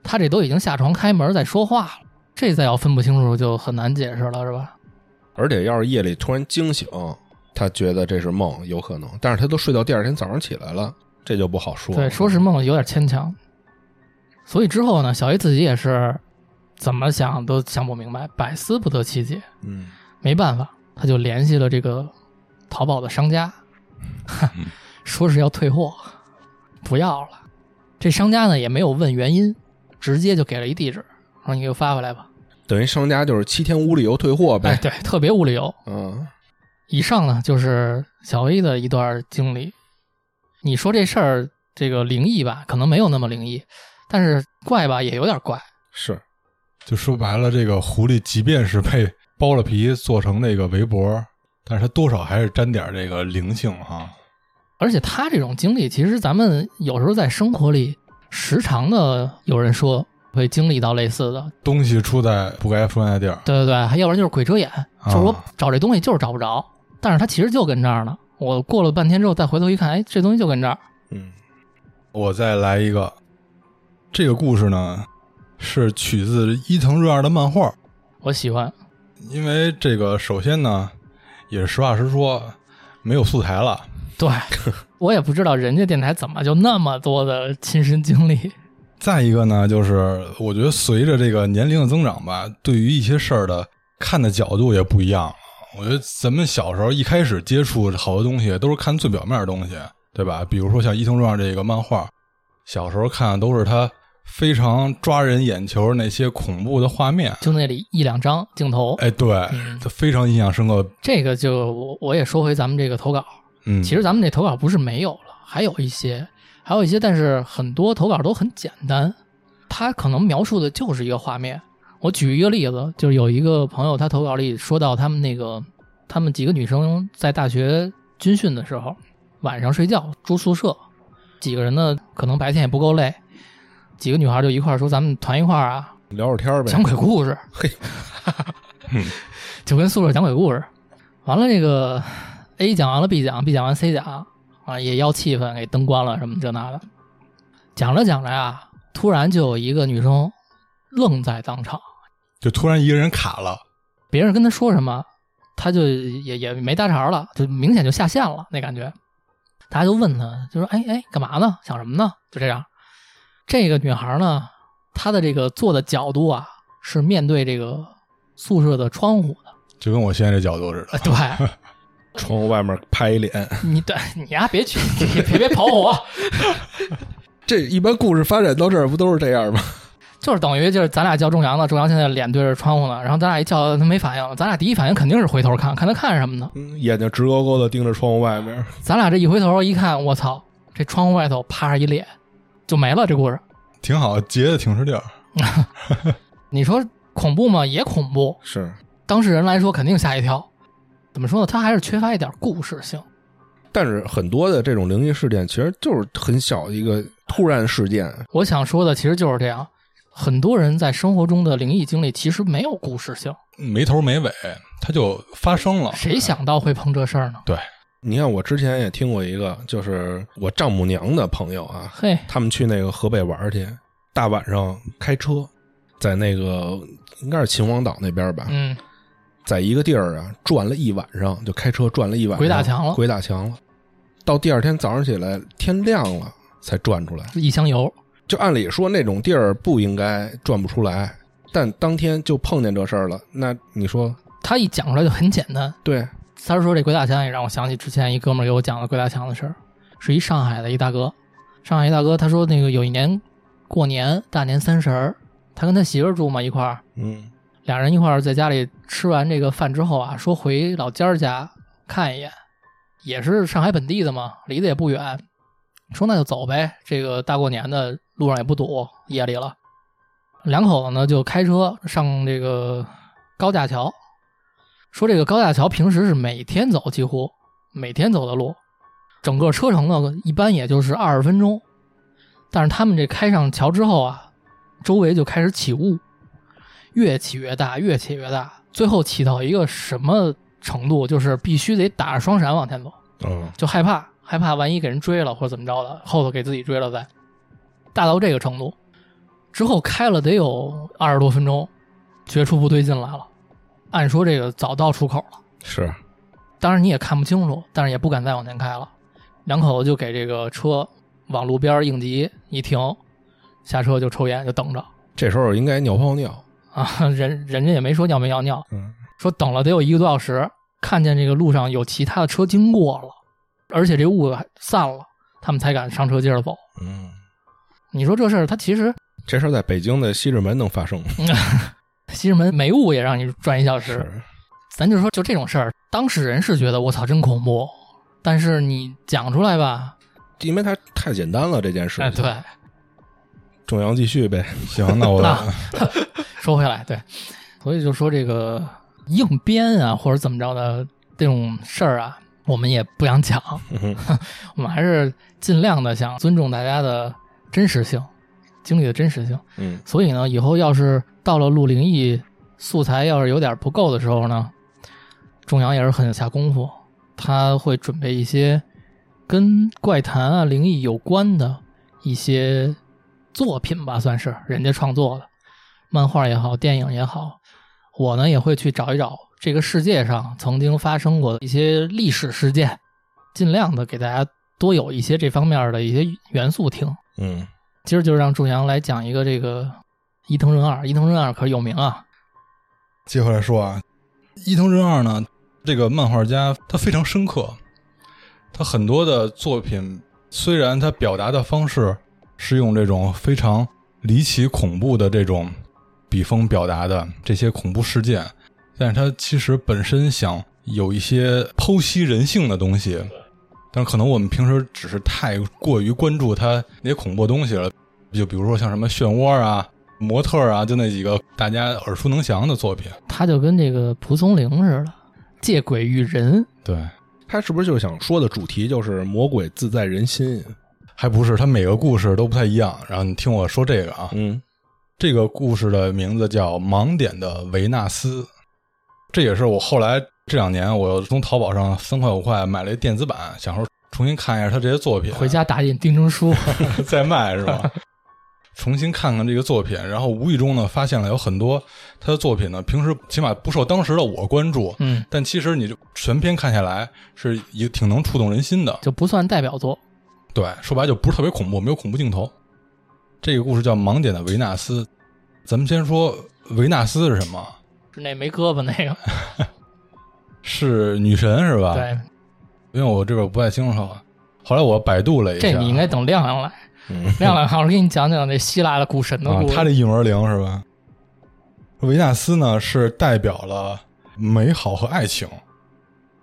Speaker 1: 他这都已经下床开门在说话了，这再要分不清楚就很难解释了，是吧？
Speaker 2: 而且要是夜里突然惊醒，他觉得这是梦，有可能，但是他都睡到第二天早上起来了，这就不好说。
Speaker 1: 对，说是梦有点牵强。所以之后呢，小 A 自己也是怎么想都想不明白，百思不得其解。
Speaker 2: 嗯，
Speaker 1: 没办法，他就联系了这个淘宝的商家， 说是要退货，不要了。这商家呢也没有问原因，直接就给了一地址，说你给我发回来吧。
Speaker 2: 等于商家就是七天无理由退货
Speaker 1: 哎，
Speaker 2: 呗。
Speaker 1: 对，特别无理由。
Speaker 2: 嗯，
Speaker 1: 以上呢就是小 A 的一段经历。你说这事儿这个灵异吧，可能没有那么灵异，但是怪吧也有点怪。
Speaker 2: 是
Speaker 3: 就说白了，这个狐狸即便是被剥了皮做成那个围脖，但是它多少还是沾点这个灵性啊哈。
Speaker 1: 而且他这种经历，其实咱们有时候在生活里时常的有人说会经历到类似的，
Speaker 3: 东西出在不该出现的地儿，
Speaker 1: 对对对，要不然就是鬼遮眼，就是我找这东西就是找不着，但是它其实就跟这儿呢。我过了半天之后再回头一看，哎，这东西就跟这儿。
Speaker 2: 嗯，
Speaker 3: 我再来一个。这个故事呢，是取自伊藤润二的漫画，
Speaker 1: 我喜欢，
Speaker 3: 因为这个首先呢，也是实话实说，没有素材了。
Speaker 1: 对我也不知道人家电台怎么就那么多的亲身经历。
Speaker 3: 再一个呢，就是我觉得随着这个年龄的增长吧，对于一些事儿的看的角度也不一样了。我觉得咱们小时候一开始接触好多东西，都是看最表面的东西，对吧？比如说像伊藤润二这个漫画，小时候看的都是他非常抓人眼球那些恐怖的画面。
Speaker 1: 就那里一两张镜头，
Speaker 3: 哎，对，
Speaker 1: 嗯
Speaker 3: 他非常印象深刻。
Speaker 1: 这个就我我也说回咱们这个投稿，
Speaker 3: 嗯，
Speaker 1: 其实咱们这投稿不是没有了，还有一些，还有一些，但是很多投稿都很简单，他可能描述的就是一个画面。我举一个例子，就是有一个朋友，他投稿里说到他们那个，他们几个女生在大学军训的时候，晚上睡觉住宿舍，几个人呢可能白天也不够累，几个女孩就一块儿说咱们团一块儿啊，
Speaker 2: 聊会儿天儿呗。
Speaker 1: 讲鬼故事， 嗯
Speaker 2: 嘿，
Speaker 1: 就跟宿舍讲鬼故事。完了，这个 A 讲完了，B 讲，B 讲完 C 讲，啊，也要气氛，给灯关了什么这那的。讲着讲着呀，突然就有一个女生愣在当场，
Speaker 3: 就突然一个人卡了，
Speaker 1: 别人跟她说什么，她就也也没搭茬了，就明显就下线了那感觉。大家就问她，就说：“哎哎，干嘛呢？想什么呢？”就这样。这个女孩呢，她的这个坐的角度啊，是面对这个宿舍的窗户的。
Speaker 3: 就跟我现在这角度似的。
Speaker 1: 呃对，
Speaker 2: 窗户外面拍一脸，
Speaker 1: 你对你呀、别去，你别别跑火，
Speaker 2: 这一般故事发展到这儿不都是这样吗？
Speaker 1: 就是等于就是咱俩叫仲阳呢，仲阳现在脸对着窗户呢，然后咱俩一叫他没反应，咱俩第一反应肯定是回头看看他看什么呢？
Speaker 2: 嗯眼睛直勾勾的盯着窗户外面，
Speaker 1: 咱俩这一回头一看，我操，这窗户外头趴着一脸，就没了这故事。
Speaker 3: 挺好，截的挺是地儿。
Speaker 1: 你说恐怖吗？也恐怖，
Speaker 2: 是
Speaker 1: 当事人来说肯定吓一跳。怎么说呢？他还是缺乏一点故事性。
Speaker 2: 但是很多的这种灵异事件，其实就是很小一个突然事件。
Speaker 1: 我想说的其实就是这样，很多人在生活中的灵异经历其实没有故事性，
Speaker 3: 没头没尾，它就发生了。
Speaker 1: 谁想到会碰这事儿呢？
Speaker 2: 你看，我之前也听过一个，就是我丈母娘的朋友啊，
Speaker 1: 嘿，
Speaker 2: 他们去那个河北玩儿去，大晚上开车，在那个应该是秦皇岛那边吧，
Speaker 1: 嗯，
Speaker 2: 在一个地儿啊转了一晚上，就开车转了一晚上，
Speaker 1: 鬼打墙了
Speaker 2: 鬼打墙了。到第二天早上起来，天亮了才转出来。
Speaker 1: 一箱油，
Speaker 2: 就按理说那种地儿不应该转不出来，但当天就碰见这事儿了。那你说
Speaker 1: 他一讲出来就很简单，
Speaker 2: 对？
Speaker 1: 三儿说这鬼打墙也让我想起之前一哥们儿给我讲的鬼打墙的事儿，是一上海的一大哥，上海一大哥他说那个有一年过年大年三十儿，他跟他媳妇儿住嘛一块儿，
Speaker 2: 嗯，
Speaker 1: 俩人一块儿在家里吃完这个饭之后啊，说回老家儿家看一眼，也是上海本地的嘛，离得也不远，说那就走呗，这个大过年的路上也不堵，夜里了，两口子呢就开车上这个高架桥，说这个高架桥平时是每天走，几乎每天走的路，整个车程呢一般也就是二十分钟，但是他们这开上桥之后啊，周围就开始起雾。越起越大，越起越大，最后起到一个什么程度，就是必须得打着双闪往前走，
Speaker 2: 哦，
Speaker 1: 就害怕害怕万一给人追了或者怎么着的，后头给自己追了再，大到这个程度。之后开了得有二十多分钟，觉出不对劲来了。按说这个早到出口了，
Speaker 2: 是
Speaker 1: 当然你也看不清楚，但是也不敢再往前开了。两口子就给这个车往路边儿应急一停，下车就抽烟就等着
Speaker 2: 这时候应该尿泡尿。
Speaker 1: 啊，人人家也没说尿没尿尿，
Speaker 2: 嗯，
Speaker 1: 说等了得有一个多小时，看见这个路上有其他的车经过了，而且这雾还散了，他们才敢上车接着走。
Speaker 2: 嗯，
Speaker 1: 你说这事儿，它其实
Speaker 2: 这事儿在北京的西直门能发生吗？
Speaker 1: 西直门没雾也让你转一小时，
Speaker 2: 是
Speaker 1: 咱就说就这种事儿，当事人是觉得我操真恐怖，但是你讲出来吧，
Speaker 2: 因为它太简单了这件事。
Speaker 1: 哎，对，
Speaker 2: 仲阳继续呗。
Speaker 3: 行，那我
Speaker 1: 那说回来，对，所以就说这个硬编啊，或者怎么着的这种事儿啊，我们也不想讲，
Speaker 2: 嗯
Speaker 1: 我们还是尽量的想尊重大家的真实性，经历的真实性。
Speaker 2: 嗯，
Speaker 1: 所以呢，以后要是到了录灵异素材要是有点不够的时候呢，仲阳也是很下功夫，他会准备一些跟怪谈啊、灵异有关的一些作品吧，算是人家创作的，漫画也好，电影也好。我呢也会去找一找这个世界上曾经发生过的一些历史事件，尽量的给大家多有一些这方面的一些元素听。
Speaker 2: 嗯，
Speaker 1: 今儿就让仲阳来讲一个这个伊藤润二，伊藤润二可有名啊，
Speaker 3: 接回来说啊，伊藤润二呢，这个漫画家他非常深刻，他很多的作品虽然他表达的方式是用这种非常离奇恐怖的这种笔锋表达的这些恐怖事件，但是他其实本身想有一些剖析人性的东西。但是可能我们平时只是太过于关注他那些恐怖的东西了，就比如说像什么漩涡啊、模特啊，就那几个大家耳熟能详的作品。
Speaker 1: 他就跟这个蒲松龄似的，借鬼喻人。
Speaker 3: 对，
Speaker 2: 他是不是就想说的主题就是魔鬼自在人心？
Speaker 3: 还不是他每个故事都不太一样。然后你听我说这个啊，
Speaker 2: 嗯，
Speaker 3: 这个故事的名字叫《盲点的维纳斯》，这也是我后来这两年我又从淘宝上三块五块买了一电子版，想说重新看一下他这些作品，
Speaker 1: 回家打印订成书，
Speaker 3: 再卖是吧？ 重新看看这个作品，然后无意中呢发现了有很多他的作品呢，平时起码不受当时的我关注，
Speaker 1: 嗯，
Speaker 3: 但其实你就全篇看下来是也挺能触动人心的。
Speaker 1: 就不算代表作。
Speaker 3: 对，说白了就不是特别恐怖，没有恐怖镜头。这个故事叫《盲点的维纳斯》，咱们先说维纳斯是什么？
Speaker 1: 是那没胳膊那个，
Speaker 3: 是女神是吧？，
Speaker 1: 对，
Speaker 3: 因为我这边不太清楚。啊后来我百度了一下，啊
Speaker 1: 这你应该等亮亮来，亮亮好好给你讲讲这希腊的古神的
Speaker 3: 嗯啊
Speaker 1: 故，事。
Speaker 3: 他这一门灵是吧？维纳斯呢是代表了美好和爱情，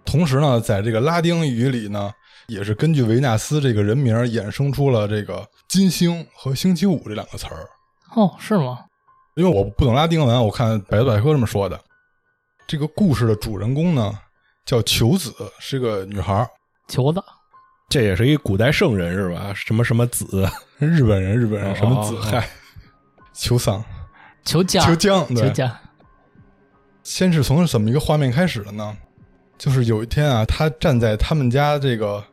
Speaker 3: 同时呢，在这个拉丁语里呢，也是根据维纳斯这个人名衍生出了这个金星和星期五这两个词儿。
Speaker 1: 哦，是吗？
Speaker 3: 因为我不懂拉丁文，我看百度百科这么说的。这个故事的主人公呢叫球子，是个女孩儿，
Speaker 1: 球子，
Speaker 2: 这也是一古代圣人是吧？什么什么子？
Speaker 3: 日本人，日本
Speaker 2: 哦
Speaker 3: 人什么子
Speaker 2: 哦哦
Speaker 3: 嗨，球桑、
Speaker 1: 球架，
Speaker 3: 球浆，
Speaker 1: 球
Speaker 3: 对，
Speaker 1: 架，
Speaker 3: 先是从怎么一个画面开始的呢？就是有一天啊，他站在他们家这个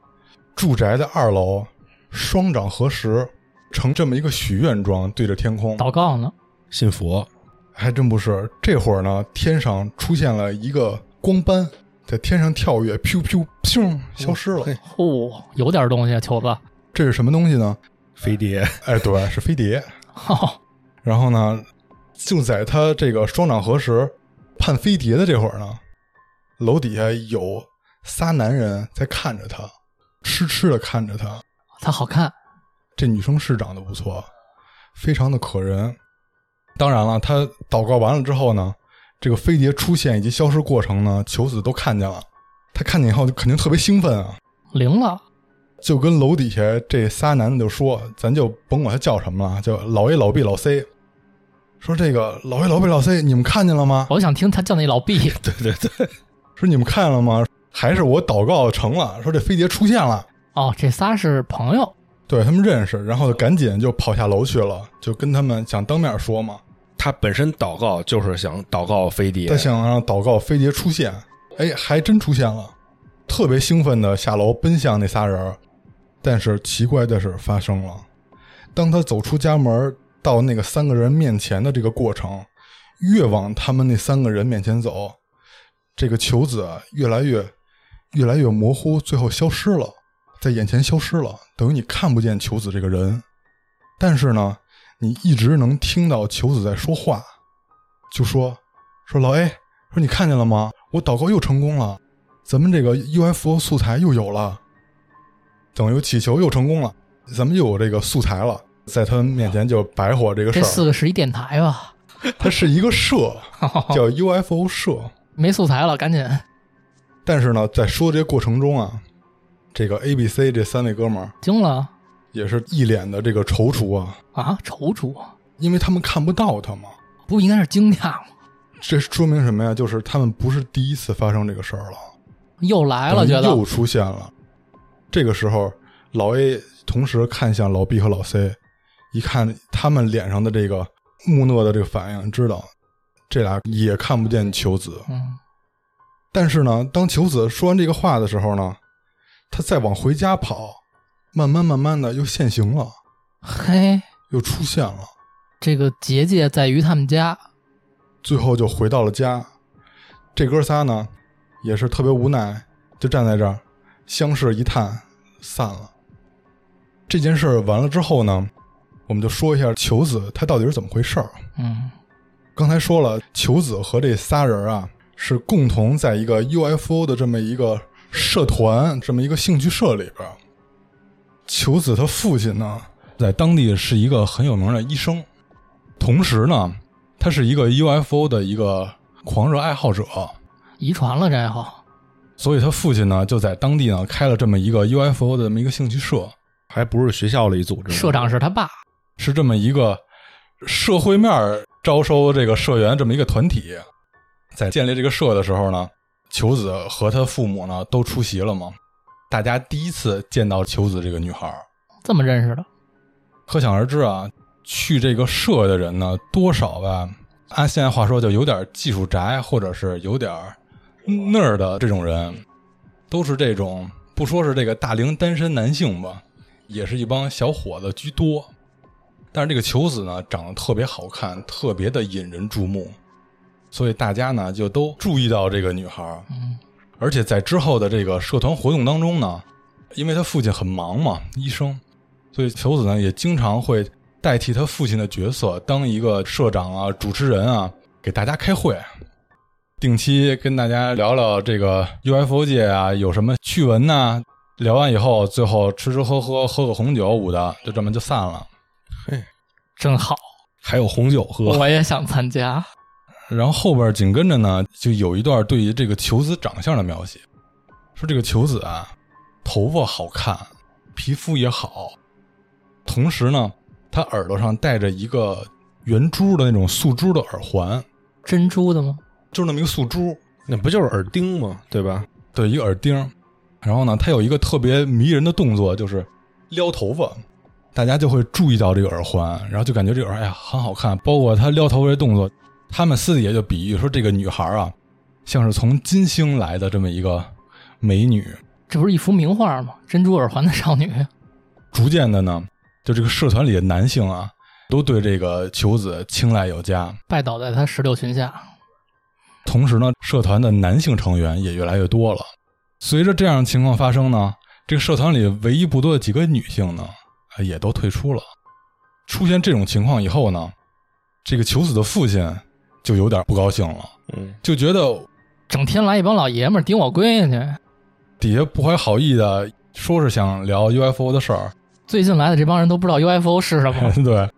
Speaker 3: 住宅的二楼，双掌合十，成这么一个许愿状，对着天空。
Speaker 1: 祷告呢？
Speaker 2: 信佛？
Speaker 3: 还真不是，这会儿呢，天上出现了一个光斑，在天上跳跃，噗噗咻，消失了。
Speaker 2: 嘿
Speaker 1: 呼、有点东西啊，球子。
Speaker 3: 这是什么东西呢？
Speaker 2: 飞碟？
Speaker 3: 哎，对，是飞碟。
Speaker 1: 哦，
Speaker 3: 然后呢，就在他这个双掌合十盼飞碟的这会儿呢，楼底下有仨男人在看着他，痴痴的看着他。
Speaker 1: 它好看，
Speaker 3: 这女生是长得不错，非常的可人。当然了，他祷告完了之后呢，这个飞碟出现以及消失过程呢，求子都看见了。他看见以后就肯定特别兴奋啊，
Speaker 1: 灵了。
Speaker 3: 就跟楼底下这仨男的就说：“咱就甭管他叫什么了，就老 A、老 B、老 C。”说这个老 A、老 B、老 C，你们看见了吗？
Speaker 1: 我想听他叫那老毕，
Speaker 2: 对对对，
Speaker 3: 说你们看见了吗？还是我祷告成了？说这飞碟出现了，
Speaker 1: 哦，这仨是朋友，
Speaker 3: 对他们认识，然后赶紧就跑下楼去了，就跟他们想当面说嘛，
Speaker 2: 他本身祷告就是想祷告飞碟
Speaker 3: 他。想让祷告飞碟出现，哎，还真出现了，特别兴奋的下楼奔向那仨人儿，但是奇怪的事发生了，当他走出家门到那个三个人面前的这个过程，越往他们那三个人面前走，这个球子啊越来越越来越模糊，最后消失了，在眼前消失了，等于你看不见球子这个人，但是呢，你一直能听到球子在说话，就说。说老 A，说你看见了吗？我祷告又成功了，咱们这个 UFO 素材又有了，等于祈求又成功了，咱们又有这个素材了，在他们面前就白活这个
Speaker 1: 这
Speaker 3: 事
Speaker 1: 四个是一电台吧？
Speaker 3: 儿。它是一个社，叫 UFO 社。
Speaker 1: 没素材了，赶紧。
Speaker 3: 但是呢，在说这个过程中啊，这个 A、B、C 这三位哥们儿
Speaker 1: 惊了
Speaker 3: 也是一脸的这个踌躇啊，
Speaker 1: 啊！踌躇，
Speaker 3: 因为他们看不到他嘛。
Speaker 1: 不应该是惊讶吗？
Speaker 3: 这说明什么呀？就是他们不是第一次发生这个事儿了。
Speaker 1: 又来了，
Speaker 3: 等于
Speaker 1: 哎觉得
Speaker 3: 又出现了。这个时候，老 A 同时看向老 B 和老 C，一看他们脸上的这个木讷的这个反应，知道这俩也看不见球子。
Speaker 1: 嗯，
Speaker 3: 但是呢，当球子说完这个话的时候呢，他再往回家跑，慢慢慢慢的又现形了，
Speaker 1: 嘿，
Speaker 3: 又出现了，
Speaker 1: 这个结界在于他们家，
Speaker 3: 最后就回到了家。这哥仨呢，也是特别无奈，就站在这儿相视一叹，散了。这件事儿完了之后呢，我们就说一下球子他到底是怎么回事儿。
Speaker 1: 嗯，
Speaker 3: 刚才说了，球子和这仨人啊是共同在一个 UFO 的这么一个社团、这么一个兴趣社里边儿。求子他父亲呢，在当地是一个很有名的医生，同时呢，他是一个 UFO 的一个狂热爱好者，
Speaker 1: 遗传了这爱好，
Speaker 3: 所以他父亲呢就在当地呢开了这么一个 UFO 的这么一个兴趣社，
Speaker 2: 还不是学校里组织的
Speaker 1: 社长是他爸，
Speaker 3: 是这么一个社会面儿招收这个社员这么一个团体。在建立这个社的时候呢，求子和他父母呢都出席了嘛，大家第一次见到求子这个女孩儿，
Speaker 1: 这么认识的。
Speaker 3: 可想而知啊，去这个社的人呢，多少吧，按现在话说就有点技术宅，或者是有点那儿的这种人，都是这种不说是这个大龄单身男性吧，也是一帮小伙子居多。但是这个求子呢，长得特别好看，特别的引人注目，所以大家呢就都注意到这个女孩儿。
Speaker 1: 嗯，
Speaker 3: 而且在之后的这个社团活动当中呢，因为他父亲很忙嘛，医生，所以求子呢也经常会代替他父亲的角色，当一个社长啊、主持人啊，给大家开会，定期跟大家聊聊这个 UFO 界啊有什么趣闻呐、聊完以后，最后吃吃喝喝，喝个红酒舞的，就这么就散了。
Speaker 1: 真好，
Speaker 2: 还有红酒喝，
Speaker 1: 我也想参加。
Speaker 3: 然后后边紧跟着呢，就有一段对于这个求子长相的描写，说这个求子啊，头发好看，皮肤也好，同时呢，他耳朵上戴着一个圆珠的那种素珠的耳环，
Speaker 1: 珍珠的吗？
Speaker 3: 就是那么一个素珠，
Speaker 2: 那不就是耳钉吗？对吧？
Speaker 3: 对，一个耳钉。然后呢，他有一个特别迷人的动作，就是撩头发，大家就会注意到这个耳环，然后就感觉这个耳哎呀很好看。包括他撩头发这动作，他们私底下就比喻说这个女孩啊，像是从金星来的这么一个美女。
Speaker 1: 这不是一幅名画吗？珍珠耳环的少女，
Speaker 3: 逐渐的呢，就这个社团里的男性啊，都对这个求子青睐有加。
Speaker 1: 拜倒在他石榴裙下。
Speaker 3: 同时呢，社团的男性成员也越来越多了。随着这样的情况发生呢，这个社团里为一不多的几个女性呢，呃也都退出了。出现这种情况以后呢，这个求子的父亲就有点不高兴了，
Speaker 2: 嗯，
Speaker 3: 就觉得
Speaker 1: 整天来一帮老爷们儿顶我闺女，
Speaker 3: 底下不怀好意的说是想聊 UFO 的事儿，，
Speaker 1: 最近来的这帮人都不知道 UFO 是什么
Speaker 3: 对。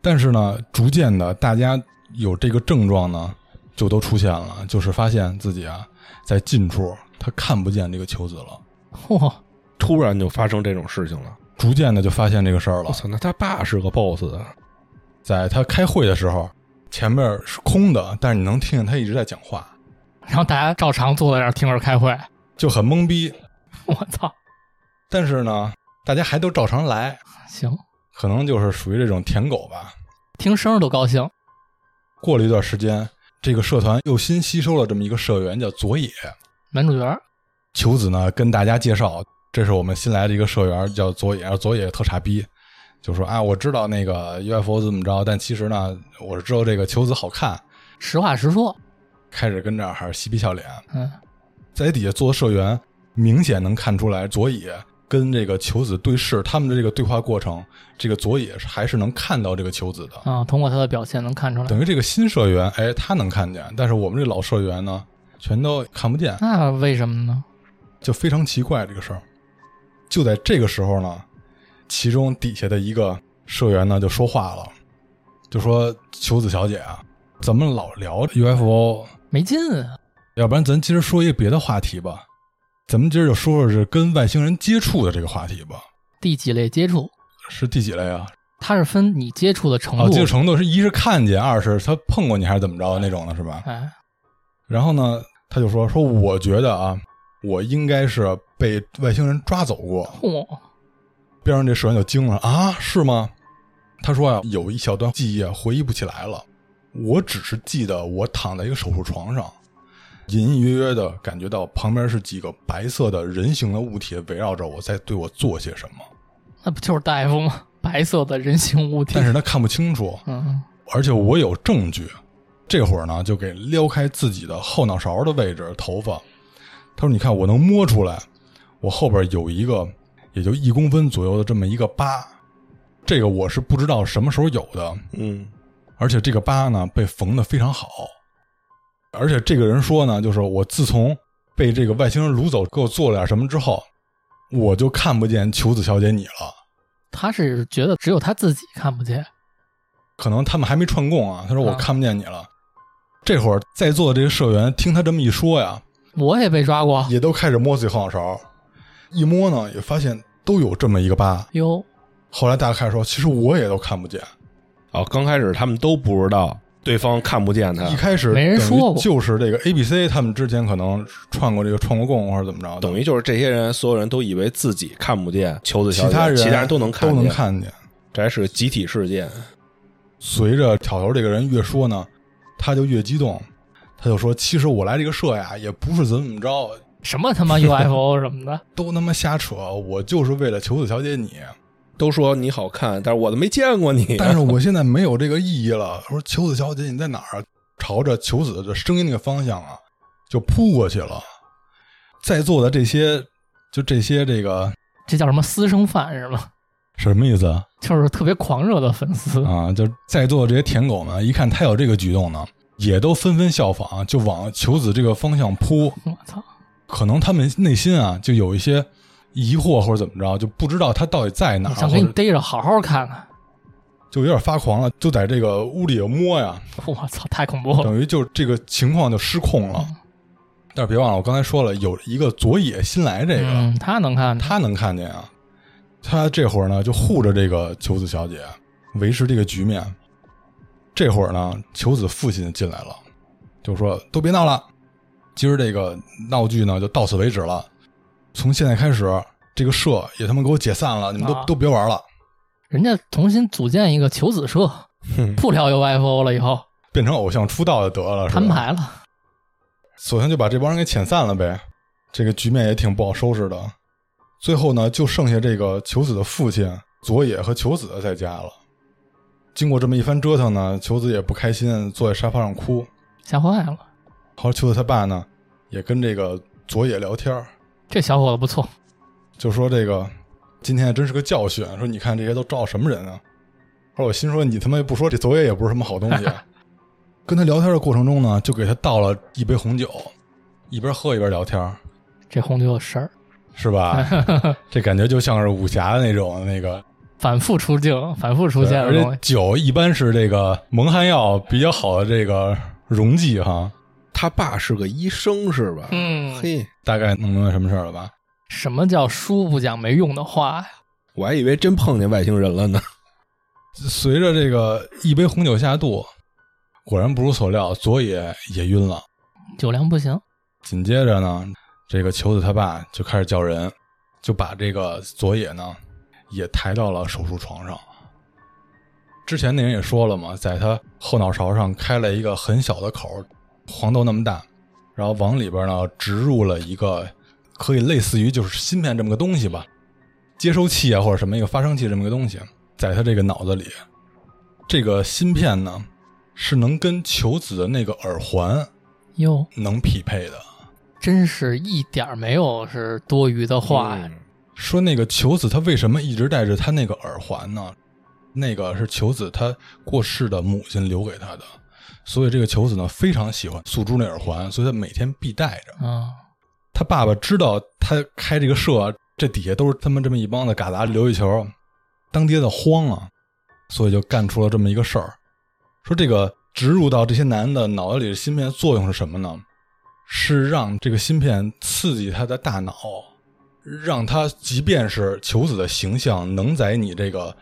Speaker 3: 但是呢，逐渐的，大家有这个症状呢，就都出现了，就是发现自己啊，在近处他看不见这个求子了。
Speaker 1: 嚯、
Speaker 2: 突然就发生这种事情了。
Speaker 3: 逐渐的就发现这个事儿
Speaker 2: 我
Speaker 3: 了。
Speaker 2: 操，那他爸是个 boss 啊！
Speaker 3: 在他开会的时候，前面是空的，但是你能听见他一直在讲话，
Speaker 1: 然后大家照常坐在那儿听着开会。
Speaker 3: 就很懵逼。
Speaker 1: 我操，
Speaker 3: 但是呢，大家还都照常来，
Speaker 1: 行，
Speaker 3: 可能就是属于这种舔狗吧。
Speaker 1: 听声儿都高兴。
Speaker 3: 过了一段时间，这个社团又新吸收了这么一个社员，叫佐野。
Speaker 1: 男主角儿
Speaker 3: 求子呢跟大家介绍，这是我们新来的一个社员，叫佐野。然后佐野特傻逼，就说啊，我知道那个 UFO 怎么着，但其实呢，我是知道这个求子好看，
Speaker 1: 实话实说，
Speaker 3: 开始跟这儿还嬉皮笑脸。
Speaker 1: 嗯，
Speaker 3: 在底下做社员，明显能看出来佐野跟这个求子对视，他们的这个对话过程，这个佐野是还是能看到这个求子的。
Speaker 1: 啊，通过他的表现能看出来，
Speaker 3: 等于这个新社员，哎，他能看见，但是我们这老社员呢，全都看不见，
Speaker 1: 那为什么呢？
Speaker 3: 就非常奇怪这个事儿。就在这个时候呢，其中底下的一个社员呢就说话了，就说：“求子小姐啊，咱们老聊 UFO，
Speaker 1: 没劲啊！
Speaker 3: 要不然咱今儿说一个别的话题吧，咱们今儿就说说是跟外星人接触的这个话题吧，
Speaker 1: 第几类接触？
Speaker 3: 是第几类啊？
Speaker 1: 它是分你接触的程
Speaker 3: 哦，
Speaker 1: 度。
Speaker 3: 接触程度是一是看见，二是他碰过你还是怎么着那种的 是吧？
Speaker 1: 哎，
Speaker 3: 然后呢，他就说说我觉得啊，我应该是被外星人抓走过。
Speaker 1: 嚯，
Speaker 3: 边上这社员就惊了啊，是吗？他说呀、有一小段记忆啊回忆不起来了，我只是记得我躺在一个手术床上，隐隐约约的感觉到旁边是几个白色的人形的物体围绕着我，在对我做些什么，
Speaker 1: 那不就是大夫吗？ 白色的人形物体
Speaker 3: 但。是他看不清楚，
Speaker 1: 嗯，
Speaker 3: 而且我有证据。这会儿呢，就给撩开自己的后脑勺的位置，头发。他说：“你看，我能摸出来，我后边有一个也就一公分左右的这么一个疤，这个我是不知道什么时候有的，
Speaker 2: 嗯，
Speaker 3: 而且这个疤呢被缝得非常好。而且这个人说呢，就是我自从被这个外星人掳走，给我做了点什么之后，我就看不见求子小姐你了。
Speaker 1: 他是觉得只有他自己看不见，
Speaker 3: 可能他们还没串供啊。他说我
Speaker 1: 啊
Speaker 3: 看不见你了。这会儿在座的这些社员听他这么一说呀，
Speaker 1: 我也被抓过
Speaker 3: 也都开始摸自己后脑勺，一摸呢也发现都有这么一个疤。
Speaker 1: 哟，
Speaker 3: 后来大家开始说，其实我也都看不见。
Speaker 2: 哦，刚开始他们都不知道对方看不见他
Speaker 3: 一，开始
Speaker 1: 没人
Speaker 3: 等于
Speaker 1: 说过
Speaker 3: 就是这个 A、B、C 他们之前可能串过这个串过供或者怎么着的，
Speaker 2: 等于就是这些人所有人都以为自己看不见求子
Speaker 3: 其
Speaker 2: 小姐，其
Speaker 3: 他人
Speaker 2: 人都能看
Speaker 3: 都
Speaker 2: 见，
Speaker 3: 能看见。
Speaker 2: 这还是个集体事件。
Speaker 3: 随着挑头这个人越说呢，他就越激动，他就说：“其实我来这个社呀，也不是怎么怎么着，
Speaker 1: 什么他妈 UFO 什么的，
Speaker 3: 都他妈瞎扯，我就是为了求子小姐你。
Speaker 2: 都说你好看，但是我都没见过你。
Speaker 3: 但是我现在没有这个意义了。”我说：“求子小姐你在哪儿啊？”朝着求子的声音那个方向啊，就扑过去了。在座的这些，就这些这个
Speaker 1: 这叫什么私生饭是吗？
Speaker 3: 什么意思啊？
Speaker 1: 就是特别狂热的粉丝，
Speaker 3: 啊，就在座的这些舔狗们，一看他有这个举动呢，也都纷纷效仿，啊就往求子这个方向扑。
Speaker 1: 我操，
Speaker 3: 可能他们内心啊，就有一些疑惑或者怎么着，就不知道他到底在哪
Speaker 1: 我
Speaker 3: 儿，
Speaker 1: 想
Speaker 3: 或
Speaker 1: 给你
Speaker 3: 者
Speaker 1: 逮着好好看看，
Speaker 3: 就有点发狂了，就在这个屋里摸呀，
Speaker 1: 我操，太恐怖了，
Speaker 3: 等于就这个情况就失控了。
Speaker 1: 嗯
Speaker 3: 但是别忘了，我刚才说了，有一个佐野新来这个，
Speaker 1: 嗯，他能看，
Speaker 3: 他能看见啊。他这会儿呢，就护着这个求子小姐，维持这个局面。这会儿呢，求子父亲进来了，就说：“都别闹了，今儿这个闹剧呢就到此为止了。从现在开始，这个社也他妈给我解散了，你们都、
Speaker 1: 啊
Speaker 3: 都别玩了，
Speaker 1: 人家重新组建一个求子社，
Speaker 2: 哼
Speaker 1: 不聊 UFO 了以后，
Speaker 3: 变成偶像出道就得了。”
Speaker 1: 摊，牌了，
Speaker 3: 首先就把这帮人给遣散了呗。这个局面也挺不好收拾的。最后呢，就剩下这个求子的父亲佐野和求子在家了。经过这么一番折腾呢，求子也不开心，坐在沙发上哭。
Speaker 1: 吓坏了，
Speaker 3: 后来求子他爸呢，也跟这个佐野聊天儿，
Speaker 1: 这小伙子不错，
Speaker 3: 就说这个今天真是个教训，啊说你看这些都招什么人啊？后来我心说你他妈不说这佐野也不是什么好东西。啊跟他聊天的过程中呢，就给他倒了一杯红酒，一边喝一边聊天儿，
Speaker 1: 这红酒有事儿，
Speaker 3: 是吧？这感觉就像是武侠的那种那个
Speaker 1: 反复出镜，反复出
Speaker 3: 对
Speaker 1: 现的
Speaker 3: 而
Speaker 1: 东
Speaker 3: 且
Speaker 1: 西，
Speaker 3: 酒一般是这个蒙汗药比较好的这个溶剂哈，
Speaker 2: 他爸是个医生是吧？
Speaker 1: 嗯，
Speaker 2: 嘿，
Speaker 3: 大概弄明白什么事儿了吧？
Speaker 1: 什么叫书不讲没用的话呀？
Speaker 2: 我还以为真碰见外星人了呢。
Speaker 3: 随着这个一杯红酒下肚，果然不出所料，佐野也晕了。
Speaker 1: 酒量不行，
Speaker 3: 紧接着呢，这个球子他爸就开始叫人，就把这个佐野呢也抬到了手术床上。之前那人也说了嘛，在他后脑勺上开了一个很小的口，黄豆那么大，然后往里边呢植入了一个可以类似于就是芯片这么个东西吧，接收器啊或者什么一个发生器这么个东西，在他这个脑子里，这个芯片呢是能跟球子的那个耳环
Speaker 1: 哟，
Speaker 3: 能匹配的。
Speaker 1: 真是一点儿没有是多余的话呀，
Speaker 2: 嗯
Speaker 3: 说那个求子他为什么一直戴着他那个耳环呢？那个是求子他过世的母亲留给他的，所以这个求子呢非常喜欢素珠那耳环，所以他每天必戴着。
Speaker 1: 嗯，
Speaker 3: 他爸爸知道他开这个社，这底下都是他们这么一帮子旮旯留一球，当爹的慌啊，所以就干出了这么一个事儿。说这个植入到这些男的脑子里的芯片作用是什么呢？是让这个芯片刺激他的大脑，让他即便是求子的形象能在你这个，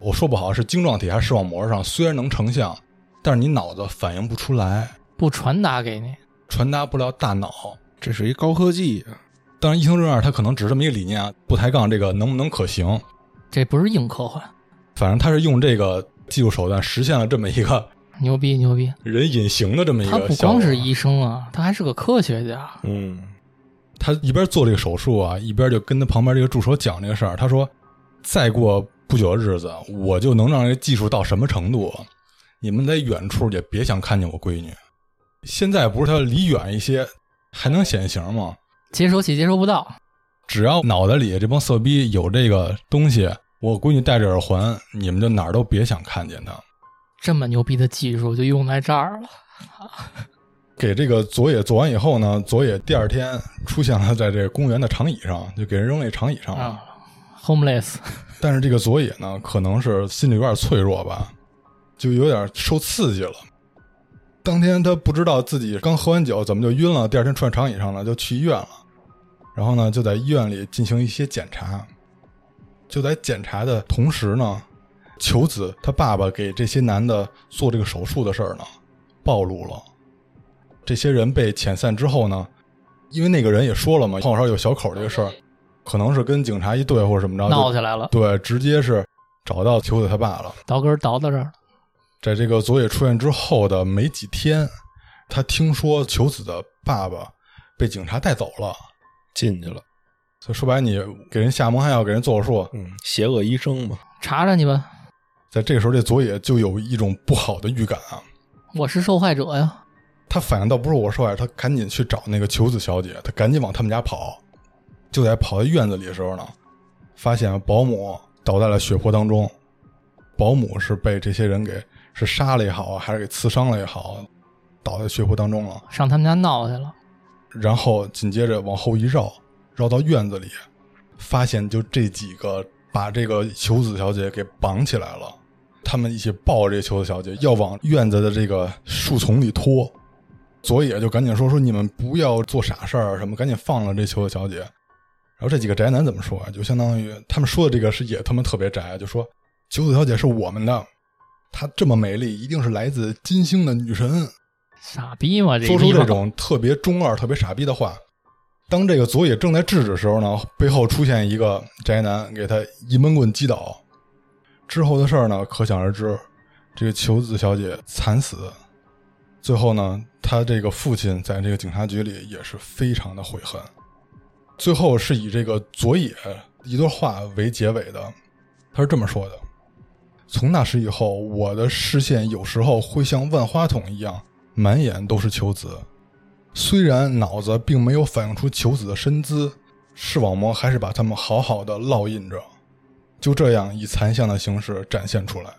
Speaker 3: 我说不好是晶状体还是视网膜上，虽然能成像，但是你脑子反应不出来，
Speaker 1: 不传达给你，
Speaker 3: 传达不了大脑。
Speaker 2: 这是一高科技，啊
Speaker 3: 当然，医生这样他可能只是这么一个理念啊，不抬杠这个能不能可行？
Speaker 1: 这不是硬科幻，
Speaker 3: 反正他是用这个技术手段实现了这么一个
Speaker 1: 牛逼牛逼！
Speaker 3: 人隐形的这么一
Speaker 1: 他
Speaker 3: 个
Speaker 1: 不
Speaker 3: 效果。
Speaker 1: 光是医生啊，他还是个科学家，
Speaker 2: 嗯，
Speaker 3: 他一边做这个手术啊，一边就跟他旁边这个助手讲这个事儿。他说：“再过不久的日子，我就能让这技术到什么程度？啊你们在远处也别想看见我闺女。现在不是他离远一些还能显形吗？
Speaker 1: 接收器接收不到，
Speaker 3: 只要脑袋里这帮色逼有这个东西，我闺女戴着耳环，你们就哪儿都别想看见她。”
Speaker 1: 这么牛逼的技术就用在这儿了，
Speaker 3: 给这个佐野做完以后呢，佐野第二天出现了在这个公园的长椅上，就给人扔那长椅上了。
Speaker 1: 啊，homeless
Speaker 3: 但是这个佐野呢，可能是心里有点脆弱吧，就有点受刺激了。当天他不知道自己刚喝完酒怎么就晕了，第二天穿长椅上了，就去医院了。然后呢，就在医院里进行一些检查。就在检查的同时呢，求子他爸爸给这些男的做这个手术的事儿呢，暴露了。这些人被遣散之后呢，因为那个人也说了嘛，胖少有小口这个事儿，可能是跟警察一对或者怎么着，就
Speaker 1: 闹起来了，
Speaker 3: 对，直接是找到求子他爸了。
Speaker 1: 倒根儿倒到这儿了，
Speaker 3: 在这个佐野出院之后的没几天，他听说求子的爸爸被警察带走了，
Speaker 2: 进去了。
Speaker 3: 所以说白了，你给人下蒙汗药，给人做手术，
Speaker 2: 嗯，邪恶医生嘛，
Speaker 1: 查查你吧，
Speaker 3: 在这个时候，这佐野就有一种不好的预感啊。
Speaker 1: 我是受害者呀，
Speaker 3: 他反应倒不是我说呀，他赶紧去找那个求子小姐，他赶紧往他们家跑。就在跑到院子里的时候呢，发现保姆倒在了血泊当中。保姆是被这些人给是杀了也好，啊还是给刺伤了也好，倒在血泊当中了。
Speaker 1: 上他们家闹去了，
Speaker 3: 然后紧接着往后一绕，绕到院子里，发现就这几个把这个求子小姐给绑起来了。他们一起抱着这求子小姐，要往院子的这个树丛里拖。佐野就赶紧说：“说你们不要做傻事儿，什么赶紧放了这求子小姐。”然后这几个宅男怎么说啊？就相当于他们说的这个是也他妈特别宅，就说求子小姐是我们的，她这么美丽，一定是来自金星的女神。
Speaker 1: 傻逼嘛，啊这
Speaker 3: 说出
Speaker 1: 地
Speaker 3: 这
Speaker 1: 方
Speaker 3: 种特别中二、特别傻逼的话。当这个佐野正在制止的时候呢，背后出现一个宅男，给他一闷棍击倒。之后的事儿呢，可想而知。这个求子小姐惨死，最后呢，她这个父亲在这个警察局里也是非常的悔恨。最后是以这个佐野一段话为结尾的，他是这么说的：“从那时以后，我的视线有时候会像万花筒一样，满眼都是求子。虽然脑子并没有反映出求子的身姿，视网膜还是把它们好好的烙印着，就这样以残像的形式展现出来。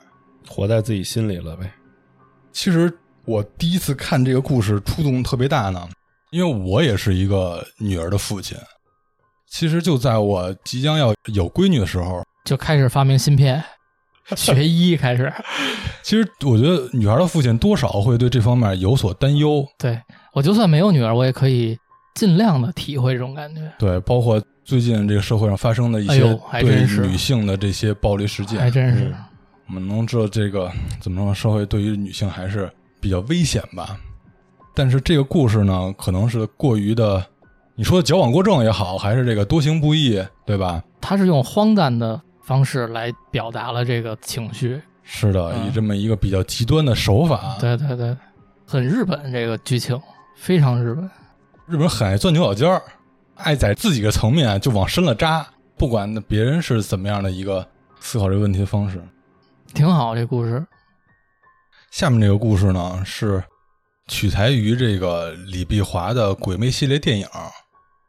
Speaker 2: 活在自己心里了呗。
Speaker 3: 其实我第一次看这个故事触动特别大呢，因为我也是一个女儿的父亲。其实就在我即将要有闺女的时候，
Speaker 1: 就开始发明芯 片，学医开始。
Speaker 3: 其实我觉得女孩的父亲多少会对这方面有所担忧。
Speaker 1: 对我就算没有女儿，我也可以尽量的体会这种感觉，
Speaker 3: 对，包括最近这个社会上发生的一
Speaker 1: 哎
Speaker 3: 些
Speaker 1: 呦还
Speaker 3: 对
Speaker 1: 真是
Speaker 3: 女性的这些暴力事件，
Speaker 1: 还真是。
Speaker 3: 我们能知道这个怎么说呢？社会对于女性还是比较危险吧。但是这个故事呢，可能是过于的，你说的矫枉过正也好，还是这个多行不义，对吧？
Speaker 1: 他是用荒诞的方式来表达了这个情绪，
Speaker 3: 是的，
Speaker 1: 嗯
Speaker 3: 以这么一个比较极端的手法，
Speaker 1: 对对对，很日本这个剧情，非常日本。
Speaker 3: 日本人很爱钻牛角尖儿，爱在自己的层面就往深了扎，不管别人是怎么样的一个思考这个问题的方式。
Speaker 1: 挺好，这故事
Speaker 3: 下面这个故事呢是取材于这个李碧华的《鬼魅》系列电影。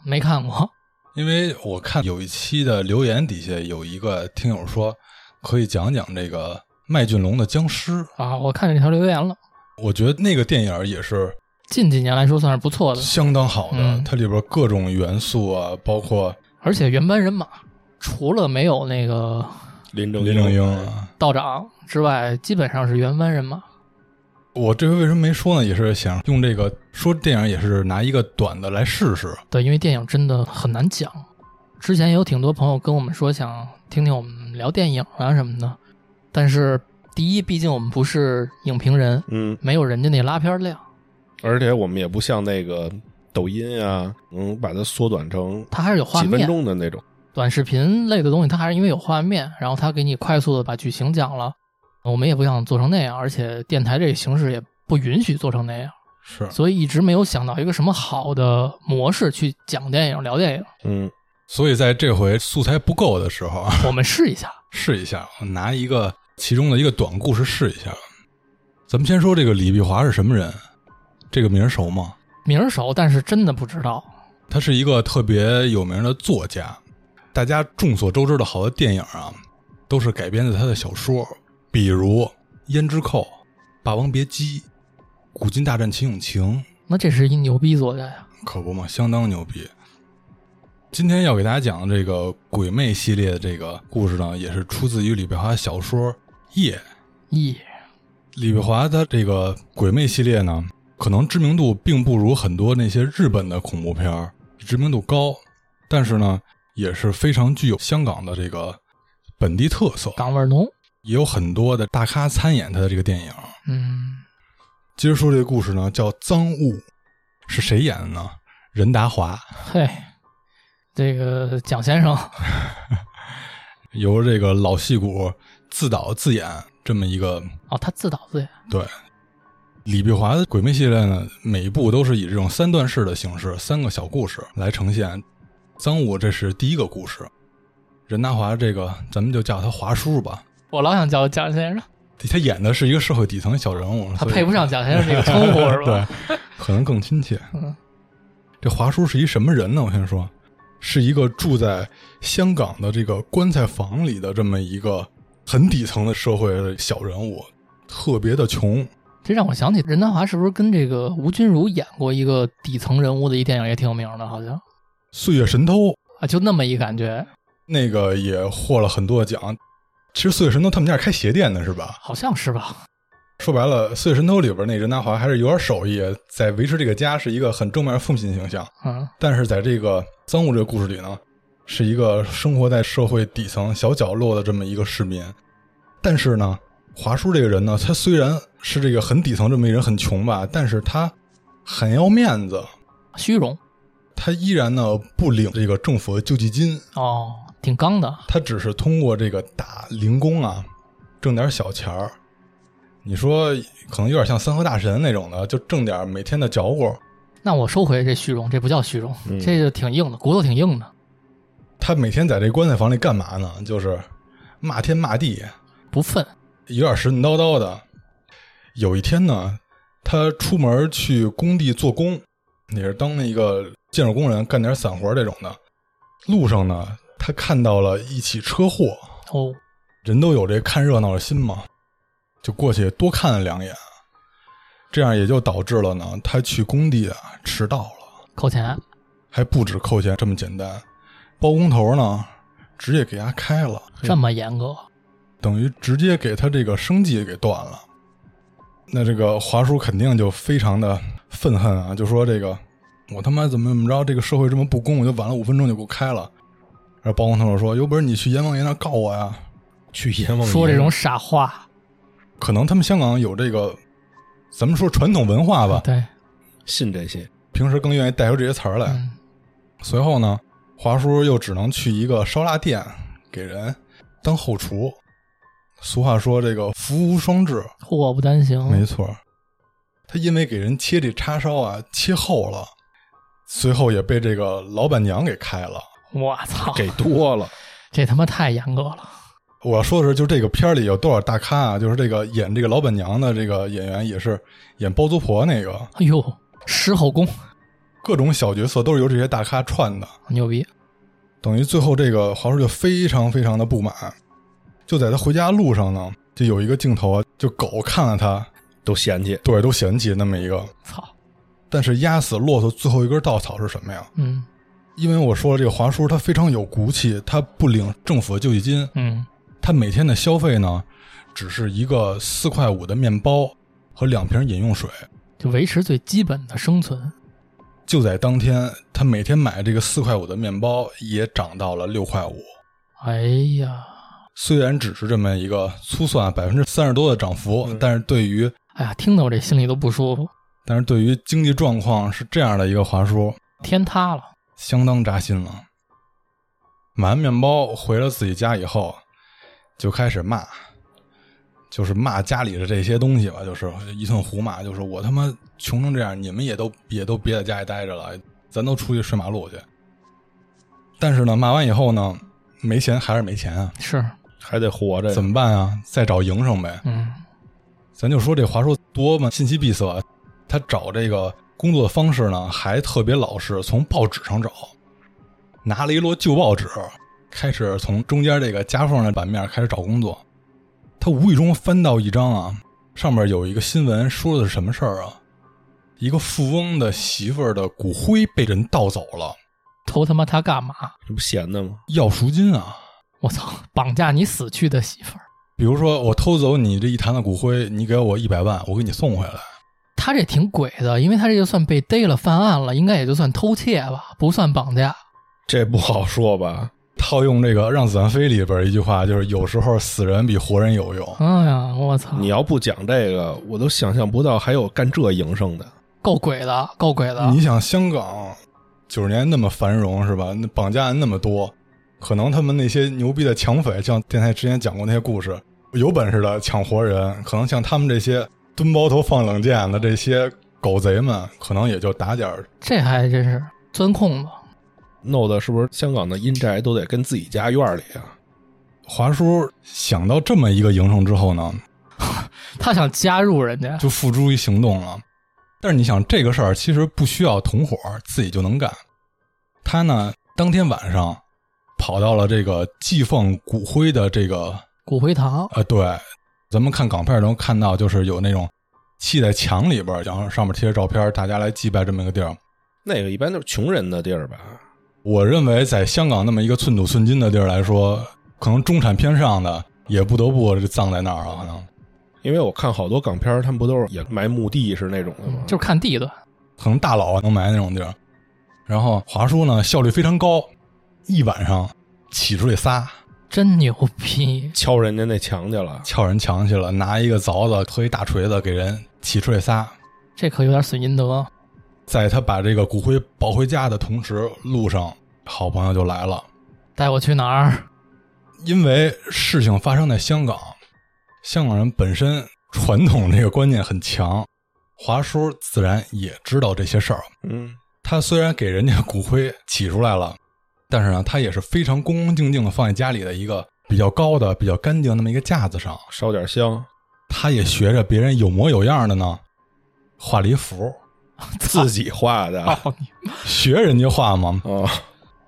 Speaker 1: 没看过，
Speaker 3: 因为我看有一期的留言底下有一个听友说，可以讲讲这个麦浚龙的僵尸。
Speaker 1: 啊，我看这条留言了。
Speaker 3: 我觉得那个电影也是
Speaker 1: 近几年来说算是不错的，
Speaker 3: 相当好的，
Speaker 1: 嗯
Speaker 3: 它里边各种元素啊，包括
Speaker 1: 而且原班人马除了没有那个
Speaker 2: 林正
Speaker 3: 林正英啊。
Speaker 1: 道长之外，基本上是原班人马。
Speaker 3: 我这回为什么没说呢？也是想用这个说电影，也是拿一个短的来试试。
Speaker 1: 对，因为电影真的很难讲。之前有挺多朋友跟我们说想听听我们聊电影啊什么的，但是第一，毕竟我们不是影评人，
Speaker 2: 嗯，
Speaker 1: 没有人家那拉片量，
Speaker 2: 而且我们也不像那个抖音啊，能把它缩短成
Speaker 1: 它还是有画
Speaker 2: 几分
Speaker 1: 面。
Speaker 2: 钟的那种。
Speaker 1: 短视频类的东西，它还是因为有画面，然后它给你快速的把剧情讲了。我们也不想做成那样，而且电台这个形式也不允许做成那样，
Speaker 3: 是，
Speaker 1: 所以一直没有想到一个什么好的模式去讲电影、聊电影。
Speaker 2: 嗯，
Speaker 3: 所以在这回素材不够的时候啊，
Speaker 1: 我们试一下，
Speaker 3: 试一下，我拿一个其中的一个短故事试一下。咱们先说这个李碧华是什么人，这个名儿熟吗？
Speaker 1: 名儿熟，但是真的不知道。
Speaker 3: 他是一个特别有名的作家，大家众所周知的好多电影啊，都是改编自他的小说，比如《胭脂扣》《霸王别姬》《古今大战秦俑情》
Speaker 1: 那这是一牛逼作家呀！
Speaker 3: 可不嘛，相当牛逼。今天要给大家讲的这个鬼魅系列的这个故事呢，也是出自于李碧华小说《夜》。
Speaker 1: 咦，
Speaker 3: 李碧华他这个鬼魅系列呢，可能知名度并不如很多那些日本的恐怖片儿知名度高，但是呢，也是非常具有香港的这个本地特色，
Speaker 1: 港味儿浓。
Speaker 3: 也有很多的大咖参演他的这个电影。
Speaker 1: 嗯，
Speaker 3: 今儿说这个故事呢，叫《赃物》，是谁演的呢？任达华，
Speaker 1: 嘿，这个蒋先生，
Speaker 3: 由这个老戏骨自导自演这么一个
Speaker 1: 哦，他自导自演。
Speaker 3: 对。李碧华的《鬼魅》系列呢，每一部都是以这种三段式的形式，三个小故事来呈现。赃物这是第一个故事，任达华这个咱们就叫他华叔吧。
Speaker 1: 我老想叫蒋先生，
Speaker 3: 他演的是一个社会底层小人物，
Speaker 1: 他
Speaker 3: 所以
Speaker 1: 配不上蒋先生这个称呼是吧？
Speaker 3: 对，可能更亲切。
Speaker 1: 嗯
Speaker 3: 这华叔是一什么人呢？我先说，是一个住在香港的这个棺材房里的这么一个很底层的社会的小人物，特别的穷。
Speaker 1: 这让我想起任达华是不是跟这个吴君如演过一个底层人物的一电影，也挺有名的，好像
Speaker 3: 岁月神偷
Speaker 1: 啊，就那么一感觉，
Speaker 3: 那个也获了很多的奖。其实岁月神偷他们家是开鞋店的，是吧？
Speaker 1: 好像是吧？
Speaker 3: 说白了，岁月神偷里边那任达华还是有点手艺，在维持这个家是一个很正面的父亲形象。
Speaker 1: 嗯，
Speaker 3: 但是在这个赃物这个故事里呢，是一个生活在社会底层小角落的这么一个市民。但是呢，华叔这个人呢，他虽然是这个很底层这么一人，很穷吧，但是他很要面子，
Speaker 1: 虚荣
Speaker 3: 他依然呢不领这个政府的救济金，
Speaker 1: 哦，挺刚的。
Speaker 3: 他只是通过这个打零工啊，挣点小钱儿。你说可能有点像三和大神那种的，就挣点每天的嚼过。
Speaker 1: 那我收回这虚荣，这不叫虚荣，
Speaker 2: 嗯
Speaker 1: 这就挺硬的，骨头挺硬的，
Speaker 3: 他每天在这棺材房里干嘛呢？就是骂天骂地，
Speaker 1: 不忿。
Speaker 3: 有点神神叨叨的。有一天呢，他出门去工地做工，也是当那个建筑工人，干点散活这种的。路上呢，他看到了一起车祸，
Speaker 1: 哦，
Speaker 3: 人都有这看热闹的心嘛，就过去多看了两眼，这样也就导致了呢，他去工地啊迟到了，
Speaker 1: 扣钱，
Speaker 3: 还不止扣钱这么简单，包工头呢直接给他开了。
Speaker 1: 这么严格，
Speaker 3: 等于直接给他这个生计给断了。那这个华叔肯定就非常的愤恨啊，就说这个我他妈怎么怎么着，这个社会这么不公，我就晚了五分钟就给我开了。然后包工头就说：“有本事你去阎王爷那儿告我呀
Speaker 2: 去阎王爷
Speaker 1: 说这种傻话，！”
Speaker 3: 可能他们香港有这个，咱们说传统文化吧，
Speaker 1: 对，
Speaker 2: 信这些，
Speaker 3: 平时更愿意带出这些词儿来。
Speaker 1: 嗯，
Speaker 3: 随后呢，华叔又只能去一个烧腊店给人当后厨。俗话说这个福无双至，
Speaker 1: 祸不单行，
Speaker 3: 没错儿，他因为给人切这叉烧啊，切厚了，随后也被这个老板娘给开了。
Speaker 1: 我操，
Speaker 2: 给多了，
Speaker 1: 这他妈太严格了，
Speaker 3: 我要说的是，就这个片儿里有多少大咖啊？就是这个演这个老板娘的这个演员，也是演包租婆那个，
Speaker 1: 哎呦，狮吼功
Speaker 3: 各种小角色都是由这些大咖串的。
Speaker 1: 牛逼，
Speaker 3: 等于最后这个华叔就非常非常的不满。就在他回家路上呢，就有一个镜头啊，就狗看了他，
Speaker 2: 都嫌弃。
Speaker 3: 对，都嫌弃那么一个。
Speaker 1: 操，
Speaker 3: 但是压死骆驼最后一根稻草是什么呀？
Speaker 1: 嗯
Speaker 3: 因为我说了，这个华叔他非常有骨气，他不领政府的救济金，
Speaker 1: 嗯，
Speaker 3: 他每天的消费呢，只是一个四块五的面包和两瓶饮用水。
Speaker 1: 就维持最基本的生存，
Speaker 3: 就在当天，他每天买这个四块五的面包也涨到了六块五。
Speaker 1: 哎呀，
Speaker 3: 虽然只是这么一个粗算百分之三十多的涨幅，
Speaker 2: 嗯
Speaker 3: 但是对于
Speaker 1: 哎呀，听得我这心里都不舒服，
Speaker 3: 但是对于经济状况是这样的一个华叔，
Speaker 1: 天塌了，
Speaker 3: 相当扎心了。买完面包回了自己家以后，就开始骂，就是骂家里的这些东西吧，就是一顿胡骂，就是我他妈穷成这样，你们也都也都别在家里待着了，咱都出去睡马路去。但是呢，骂完以后呢，没钱还是没钱啊，
Speaker 1: 是，
Speaker 2: 还得活着呀，
Speaker 3: 怎么办啊？再找营生呗。
Speaker 1: 嗯，
Speaker 3: 咱就说这华叔多么信息闭塞啊，他找这个工作的方式呢，还特别老实，从报纸上找，拿了一摞旧报纸，开始从中间这个夹缝的版面开始找工作。他无意中翻到一张啊，上面有一个新闻，说的是什么事儿啊？一个富翁的媳妇儿的骨灰被人盗走了，
Speaker 1: 投他妈他干嘛？
Speaker 2: 这不闲的吗？
Speaker 3: 要赎金啊！
Speaker 1: 我操，绑架你死去的媳妇儿，
Speaker 3: 比如说我偷走你这一坛子骨灰，你给我一百万，我给你送回来。
Speaker 1: 他这挺鬼的，因为他这就算被逮了犯案了，应该也就算偷窃吧，不算绑架。
Speaker 2: 这不好说吧？
Speaker 3: 套用这个《让子弹飞》里边一句话，就是有时候死人比活人有用。
Speaker 1: 哎呀，我操
Speaker 2: 你，要不讲这个，我都想象不到还有干这营生的。
Speaker 1: 够鬼的，够鬼的。
Speaker 3: 你想香港九十年那么繁荣是吧？那绑架案那么多，可能他们那些牛逼的抢匪，像电台之前讲过那些故事，有本事的抢活人，可能像他们这些蹲包头放冷箭的这些狗贼们，可能也就打点儿
Speaker 1: 这还真是钻空子。
Speaker 2: 弄的是不是香港的阴宅都得跟自己家院里啊？
Speaker 3: 华叔想到这么一个营生之后呢，
Speaker 1: 他想加入人家，
Speaker 3: 就付诸于行动了。但是你想，这个事儿其实不需要同伙，自己就能干。他呢，当天晚上跑到了这个寄放骨灰的这个
Speaker 1: 骨灰堂
Speaker 3: 呃，对，咱们看港片儿能看到，就是有那种砌在墙里边儿，然后上面贴着照片儿，大家来祭拜这么一个地儿。
Speaker 2: 那个一般都是穷人的地儿吧？
Speaker 3: 我认为，在香港那么一个寸土寸金的地儿来说，可能中产偏上的也不得不这葬在那儿啊，可能
Speaker 2: 因为我看好多港片儿，他们不都是也埋墓地是那种的吗？
Speaker 1: 就是看地段，
Speaker 3: 可能大佬能埋那种地儿。然后华叔呢，效率非常高，一晚上起出去仨，
Speaker 1: 真牛逼！
Speaker 2: 敲人家那墙去了。
Speaker 3: 撬人墙去了，拿一个凿子和一大锤子给人起出去仨。
Speaker 1: 这可有点损阴德。
Speaker 3: 在他把这个骨灰抱回家的同时，路上好朋友就来了。
Speaker 1: 带我去哪儿？
Speaker 3: 因为事情发生在香港，香港人本身传统这个观念很强，华叔自然也知道这些事儿。
Speaker 2: 嗯，
Speaker 3: 他虽然给人家骨灰起出来了，但是呢，他也是非常恭恭敬敬的放在家里的一个比较高的、比较干净的那么一个架子上。
Speaker 2: 烧点香，
Speaker 3: 他也学着别人有模有样的呢，画了一幅，
Speaker 2: 自己画的啊、
Speaker 1: 操你！
Speaker 3: 学人家画嘛。
Speaker 2: 哦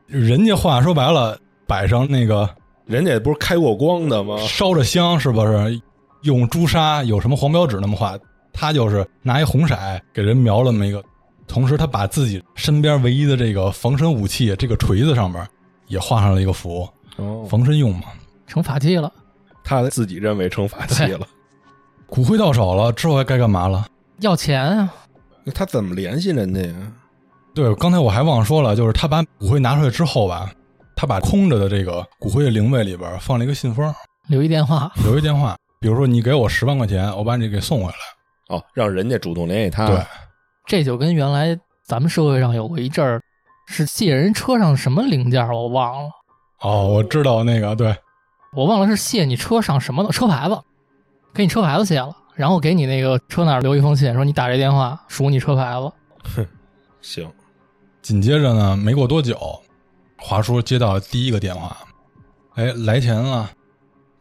Speaker 3: 人家画说白了，摆上那个
Speaker 2: 人家也不是开过光的吗？
Speaker 3: 烧着香，是不是？用朱砂，有什么黄标纸那么画？他就是拿一红色给人描了那么一个，同时他把自己身边唯一的这个防身武器这个锤子上面也画上了一个符，
Speaker 2: 哦，
Speaker 3: 防身用嘛。
Speaker 1: 成法器了，
Speaker 2: 他自己认为成法器了。
Speaker 3: 骨灰到手了之后该干嘛了？
Speaker 1: 要钱啊！
Speaker 2: 那他怎么联系人家呀？
Speaker 3: 对，刚才我还忘说了，就是他把骨灰拿出来之后吧，他把空着的这个骨灰的灵位里边放了一个信封，
Speaker 1: 留一电话，
Speaker 3: 留一电话，比如说你给我十万块钱，我把你给送回来。
Speaker 2: 哦，让人家主动联系他。
Speaker 3: 对，
Speaker 1: 这就跟原来咱们社会上有过一阵儿，是卸人车上什么零件儿我忘了，
Speaker 3: 哦，我知道那个，对，
Speaker 1: 我忘了是卸你车上什么的车牌子，给你车牌子卸了，然后给你那个车那儿留一封信，说你打这电话数你车牌
Speaker 2: 哦
Speaker 1: 子。
Speaker 2: 行，
Speaker 3: 紧接着呢，没过多久，华叔接到第一个电话，哎，来钱了。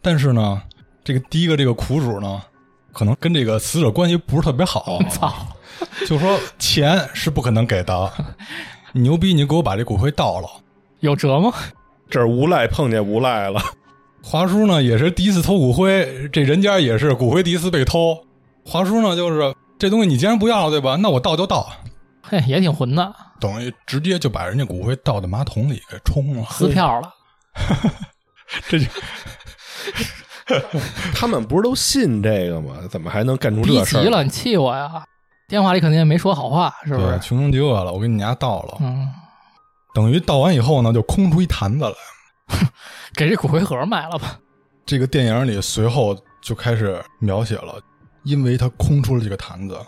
Speaker 3: 但是呢，这个第一个这个苦主呢，可能跟这个死者关系不是特别好，
Speaker 1: 操，
Speaker 3: 就说钱是不可能给的。你牛逼，你给我把这骨灰倒了。
Speaker 1: 有辙吗？
Speaker 2: 这儿无赖碰见无赖了。
Speaker 3: 华叔呢也是第一次偷骨灰，这人家也是骨灰第一次被偷。华叔呢就是这东西你既然不要了，对吧？那我倒就倒，
Speaker 1: 嘿，也挺混的，
Speaker 3: 等于直接就把人家骨灰倒到马桶里给冲了。
Speaker 1: 撕票了。
Speaker 3: 这就
Speaker 2: 他们不是都信这个吗？怎么还能干出
Speaker 1: 逼
Speaker 2: 这事
Speaker 1: 急
Speaker 2: 儿？
Speaker 1: 了，你气我呀？电话里肯定也没说好话，是不
Speaker 3: 对
Speaker 1: 是？
Speaker 3: 穷凶极恶了，我给你家倒了。
Speaker 1: 嗯，
Speaker 3: 等于倒完以后呢，就空出一坛子来。
Speaker 1: 给这骨灰盒买了吧。
Speaker 3: 这个电影里随后就开始描写了，因为他空出了这个坛子，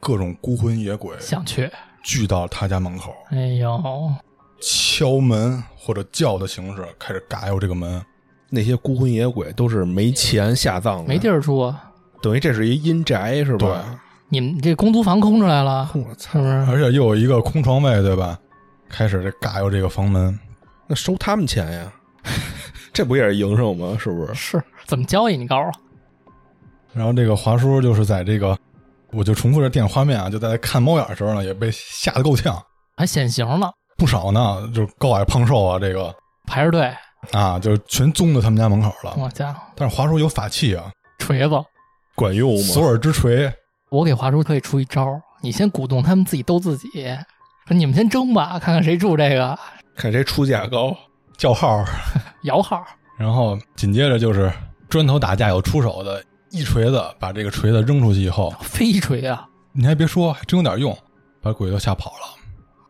Speaker 3: 各种孤魂野鬼
Speaker 1: 想去，
Speaker 3: 聚到他家门口，
Speaker 1: 哎呦，
Speaker 3: 敲门或者叫的形式开始嘎悠这个门。
Speaker 2: 那些孤魂野鬼都是没钱下葬的，
Speaker 1: 没地
Speaker 2: 儿，
Speaker 1: 儿住啊！
Speaker 2: 等于这是一阴宅是吧？
Speaker 1: 你们这公租房空出来了，
Speaker 2: 我
Speaker 1: 是
Speaker 2: 操！
Speaker 1: 不是？
Speaker 3: 而且又有一个空床位，对吧？开始这嘎悠这个房门，
Speaker 2: 那收他们钱 呀？这不也是营生吗？是不是？
Speaker 1: 是怎么交易？你告诉我，
Speaker 3: 然后这个华叔就是在这个，我就重复这电影画面啊，就在看猫眼的时候呢，也被吓得够呛，
Speaker 1: 还显形呢，
Speaker 3: 不少呢，就是高矮胖瘦啊，这个
Speaker 1: 排着队。
Speaker 3: 啊，就全宗到他们家门口了。
Speaker 1: 我家伙，
Speaker 3: 但是华叔有法器啊，
Speaker 1: 锤子，
Speaker 2: 管用吗？
Speaker 3: 索尔之锤，
Speaker 1: 我给华叔可以出一招，你先鼓动他们自己斗自己，说你们先争吧，看看谁住这个
Speaker 2: 看谁出价高。
Speaker 3: 叫号，
Speaker 1: 摇号。
Speaker 3: 然后紧接着就是砖头打架有出手的，一锤子把这个锤子扔出去以后，
Speaker 1: 飞锤啊，
Speaker 3: 你还别说，还真有点用，把鬼都吓跑了。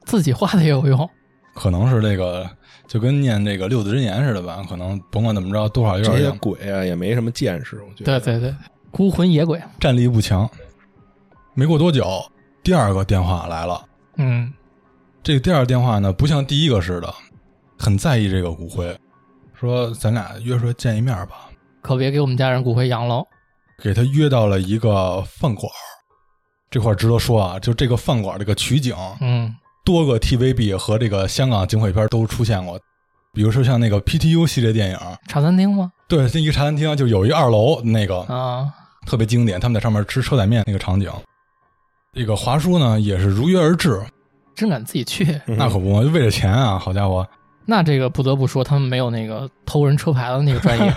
Speaker 1: 自己画的也有用，
Speaker 3: 可能是这个就跟念这个六字真言似的吧，可能甭管怎么着，多少有
Speaker 2: 这
Speaker 3: 点
Speaker 2: 些
Speaker 3: 像
Speaker 2: 鬼啊，也没什么见识，我觉
Speaker 1: 对
Speaker 2: 得。
Speaker 1: 对对，孤魂野鬼，
Speaker 3: 战力不强。没过多久，第二个电话来了。
Speaker 1: 嗯，
Speaker 3: 这个第二电话呢，不像第一个似的，很在意这个骨灰，说咱俩约出来见一面吧。
Speaker 1: 可别给我们家人骨灰扬喽。
Speaker 3: 给他约到了一个饭馆儿这块儿值得说啊，就这个饭馆儿这个取景，
Speaker 1: 嗯，
Speaker 3: 多个 TVB 和这个香港警匪片都出现过，比如说像那个 PTU 系列电影，
Speaker 1: 茶餐厅吗？
Speaker 3: 对，那一个茶餐厅就有一二楼那个
Speaker 1: 啊，
Speaker 3: 特别经典，他们在上面吃车仔面那个场景。这个华叔呢也是如约而至，
Speaker 1: 真敢自己去，
Speaker 2: 嗯
Speaker 3: 那可不嘛，为了钱啊，好家伙，
Speaker 1: 那这个不得不说，他们没有那个偷人车牌的那个专业，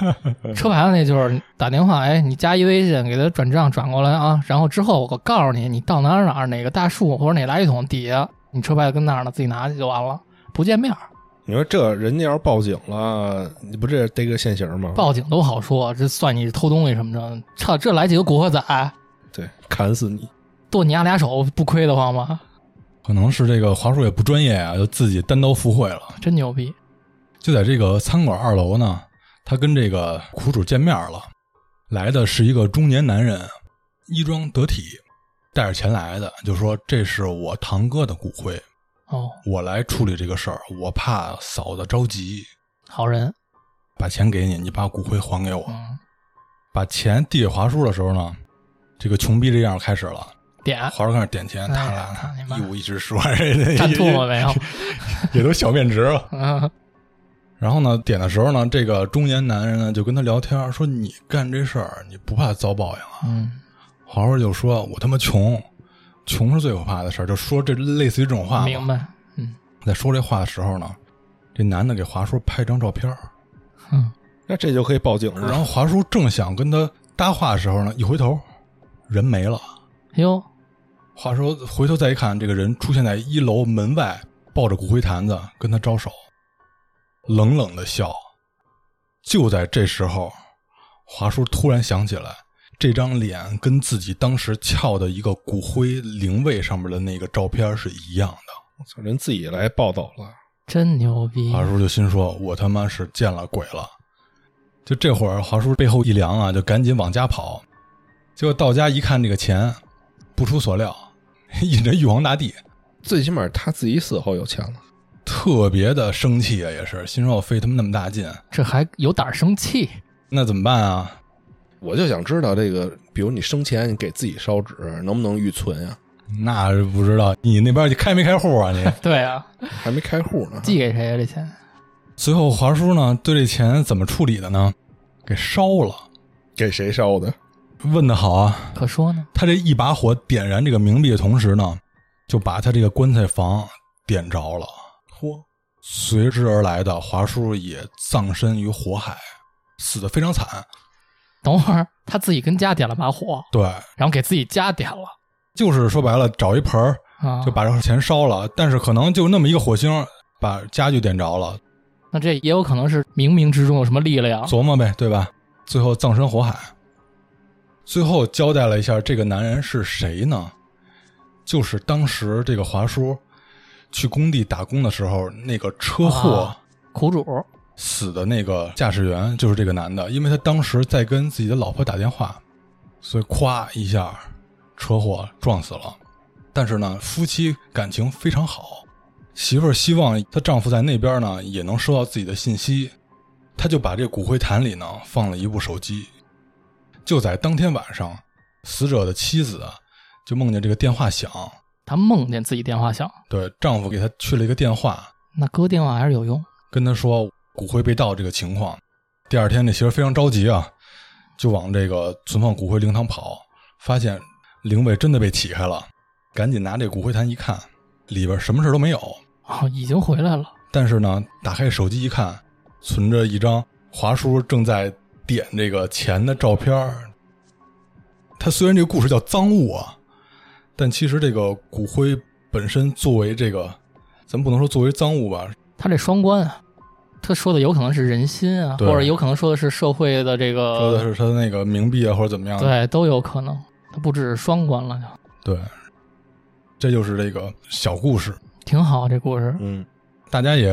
Speaker 1: 车牌的那就是打电话，哎，你加一微信给他转账转过来啊，然后之后我告诉你，你到哪儿哪儿哪个大树或者哪垃圾桶底下，你车牌跟那儿呢，自己拿去就完了，不见面儿，
Speaker 2: 你说这人家要是报警了，你不这逮个现行吗？
Speaker 1: 报警都好说，这算你偷东西什么的，操，这来几个古惑仔，
Speaker 2: 对，砍死你！
Speaker 1: 剁你丫俩手不亏得慌吗？
Speaker 3: 可能是这个华叔也不专业啊，就自己单刀赴会了。
Speaker 1: 真牛逼，
Speaker 3: 就在这个餐馆二楼呢，他跟这个苦主见面了。来的是一个中年男人，衣装得体，带着钱来的，就说这是我堂哥的骨灰，
Speaker 1: 哦，
Speaker 3: 我来处理这个事儿，我怕嫂子着急，
Speaker 1: 好人，
Speaker 3: 把钱给你，你把骨灰还给我。
Speaker 1: 嗯，
Speaker 3: 把钱递给华叔的时候呢，这个穷逼这样开始了，
Speaker 1: 点
Speaker 3: 华叔开始点钱，
Speaker 1: 哎
Speaker 3: 他
Speaker 1: 呀
Speaker 3: 俩
Speaker 1: 操你妈
Speaker 3: 一五一十说， 这
Speaker 1: 蘸唾沫没 有？
Speaker 3: 也都小面值了。
Speaker 1: 嗯，
Speaker 3: 然后呢，点的时候呢，这个中年男人呢就跟他聊天，说你干这事儿你不怕遭报应啊？
Speaker 1: 嗯，
Speaker 3: 华叔就说：“我他妈穷，穷是最可怕的事儿。”就说这类似于这种话
Speaker 1: 明
Speaker 3: 嘛。
Speaker 1: 白，嗯，
Speaker 3: 在说这话的时候呢，这男的给华叔拍张照片儿，
Speaker 1: 嗯，
Speaker 2: 那这就可以报
Speaker 1: 哎
Speaker 2: 警
Speaker 3: 然
Speaker 2: 了。
Speaker 3: 后华叔正想跟他搭话的时候呢，一回头，人没了。
Speaker 1: 哟，
Speaker 3: 华叔回头再一看，这个人出现在一楼门外，抱着骨灰坛子跟他招手，冷冷的笑。就在这时候，华叔突然想起来，这张脸跟自己当时撬的一个骨灰灵位上面的那个照片是一样的。
Speaker 2: 我操人自己来报道了，
Speaker 1: 真牛逼，
Speaker 3: 华叔就心说：“我他妈是见了鬼了！”就这会儿，华叔背后一凉啊，就赶紧往家跑。结果到家一看，这个钱不出所料， 引着玉皇大帝。
Speaker 2: 最起码他自己死后有钱了。
Speaker 3: 特别的生气啊，也是心说我费他们那么大劲，
Speaker 1: 这还有胆儿生气，
Speaker 3: 那怎么办啊？
Speaker 2: 我就想知道这个，比如你生前你给自己烧纸，能不能预存啊呀、
Speaker 3: 那不知道你那边你开没开户啊你？
Speaker 1: 对啊，
Speaker 2: 还没开户呢，
Speaker 1: 寄给谁啊呀、这钱？
Speaker 3: 最后华叔呢对这钱怎么处理的呢？给烧了。
Speaker 2: 给谁烧的？
Speaker 3: 问的好啊！
Speaker 1: 可说呢，
Speaker 3: 他这一把火点燃这个冥币的同时呢，就把他这个棺材房点着了。
Speaker 2: 嚯，
Speaker 3: 随之而来的华叔也葬身于火海，死得非常惨。
Speaker 1: 等会儿他自己跟家点了把火，
Speaker 3: 对，
Speaker 1: 然后给自己家点了
Speaker 3: 就是说白了，找一盆儿
Speaker 1: 啊，
Speaker 3: 就把这钱烧了，但是可能就那么一个火星把家具点着了，
Speaker 1: 那这也有可能是冥冥之中有什么力量，
Speaker 3: 琢磨呗，对吧？最后葬身火海。最后交代了一下这个男人是谁呢？就是当时这个华叔去工地打工的时候，那个车祸
Speaker 1: 啊苦主
Speaker 3: 死的那个驾驶员就是这个男的，因为他当时在跟自己的老婆打电话，所以咵一下车祸撞死了。但是呢，夫妻感情非常好，媳妇儿希望她丈夫在那边呢也能收到自己的信息，她就把这骨灰坛里呢放了一部手机。就在当天晚上，死者的妻子啊就梦见这个电话响，
Speaker 1: 他梦见自己电话响，
Speaker 3: 对丈夫给她去了一个电话，
Speaker 1: 那割电话还是有用，
Speaker 3: 跟他说骨灰被盗这个情况。第二天，这媳妇儿非常着急啊，就往这个存放骨灰灵堂跑，发现灵位真的被起开了，赶紧拿这骨灰坛一看，里边什么事都没有。
Speaker 1: 哦，已经回来了，
Speaker 3: 但是呢，打开手机一看，存着一张华叔正在点这个钱的照片儿。他虽然这个故事叫赃物啊，但其实这个骨灰本身作为这个，咱不能说作为赃物吧，
Speaker 1: 他这双关啊，他说的有可能是人心啊，
Speaker 3: 对
Speaker 1: 或者有可能说的是社会的这
Speaker 3: 说
Speaker 1: 个，
Speaker 3: 的是他那个冥币啊或者怎么样的。
Speaker 1: 对，都有可能。他不只是双关了，就
Speaker 3: 对，这就是这个小故事，
Speaker 1: 挺好这故事。
Speaker 2: 嗯，
Speaker 3: 大家也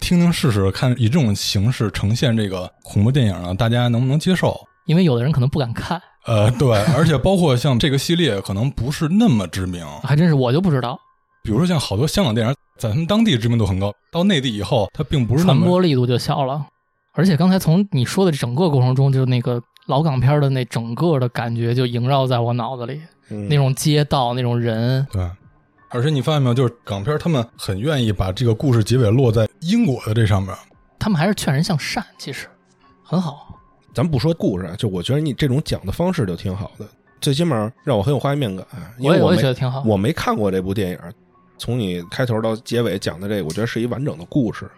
Speaker 3: 听听试试，看以这种形式呈现这个恐怖电影呢，大家能不能接受？
Speaker 1: 因为有的人可能不敢看，
Speaker 3: 呃，对，而且包括像这个系列可能不是那么知名，
Speaker 1: 还真是我就不知道，
Speaker 3: 比如说像好多香港电影，在他们当地知名度很高，到内地以后，它并不是那
Speaker 1: 传
Speaker 3: 么
Speaker 1: 播力度就小了。而且刚才从你说的整个过程中，就那个老港片的那整个的感觉就萦绕在我脑子里，
Speaker 2: 嗯
Speaker 1: 那种街道，那种人，
Speaker 3: 对。而且你发现没有，就是港片他们很愿意把这个故事结尾落在因果的这上面，
Speaker 1: 他们还是劝人向善，其实很好。
Speaker 2: 咱不说故事啊，就我觉得你这种讲的方式就挺好的，最起码让我很有画面感，啊因
Speaker 1: 我
Speaker 2: 为
Speaker 1: 也我也
Speaker 2: 没
Speaker 1: 觉得挺好。
Speaker 2: 我没看过这部电影，从你开头到结尾讲的这个，我觉得是一完整的故事，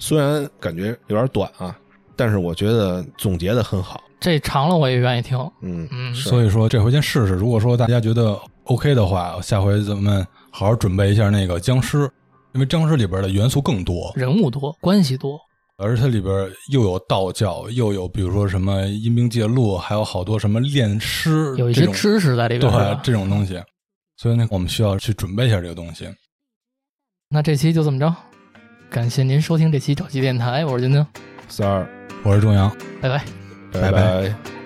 Speaker 2: 虽然感觉有点短啊，但是我觉得总结的很好。
Speaker 1: 这长了我也愿意听。
Speaker 2: 嗯
Speaker 1: 嗯
Speaker 2: 是
Speaker 3: 所以说这回先试试。如果说大家觉得 OK 的话，下回咱们好好准备一下那个僵尸，因为僵尸里边的元素更多，
Speaker 1: 人物多，关系多，
Speaker 3: 而它里边又有道教，又有比如说什么阴兵借路，还有好多什么炼尸，
Speaker 1: 有一
Speaker 3: 这
Speaker 1: 些
Speaker 3: 种
Speaker 1: 知识在里边。啊是
Speaker 3: 对
Speaker 1: 吧
Speaker 3: 这种东西。所以呢，我们需要去准备一下这个东西。
Speaker 1: 那这期就这么着，感谢您收听这期找鸡电台，我是晶晶，
Speaker 2: 三儿，
Speaker 3: 我是钟阳。
Speaker 1: 拜拜。
Speaker 3: 拜
Speaker 2: 拜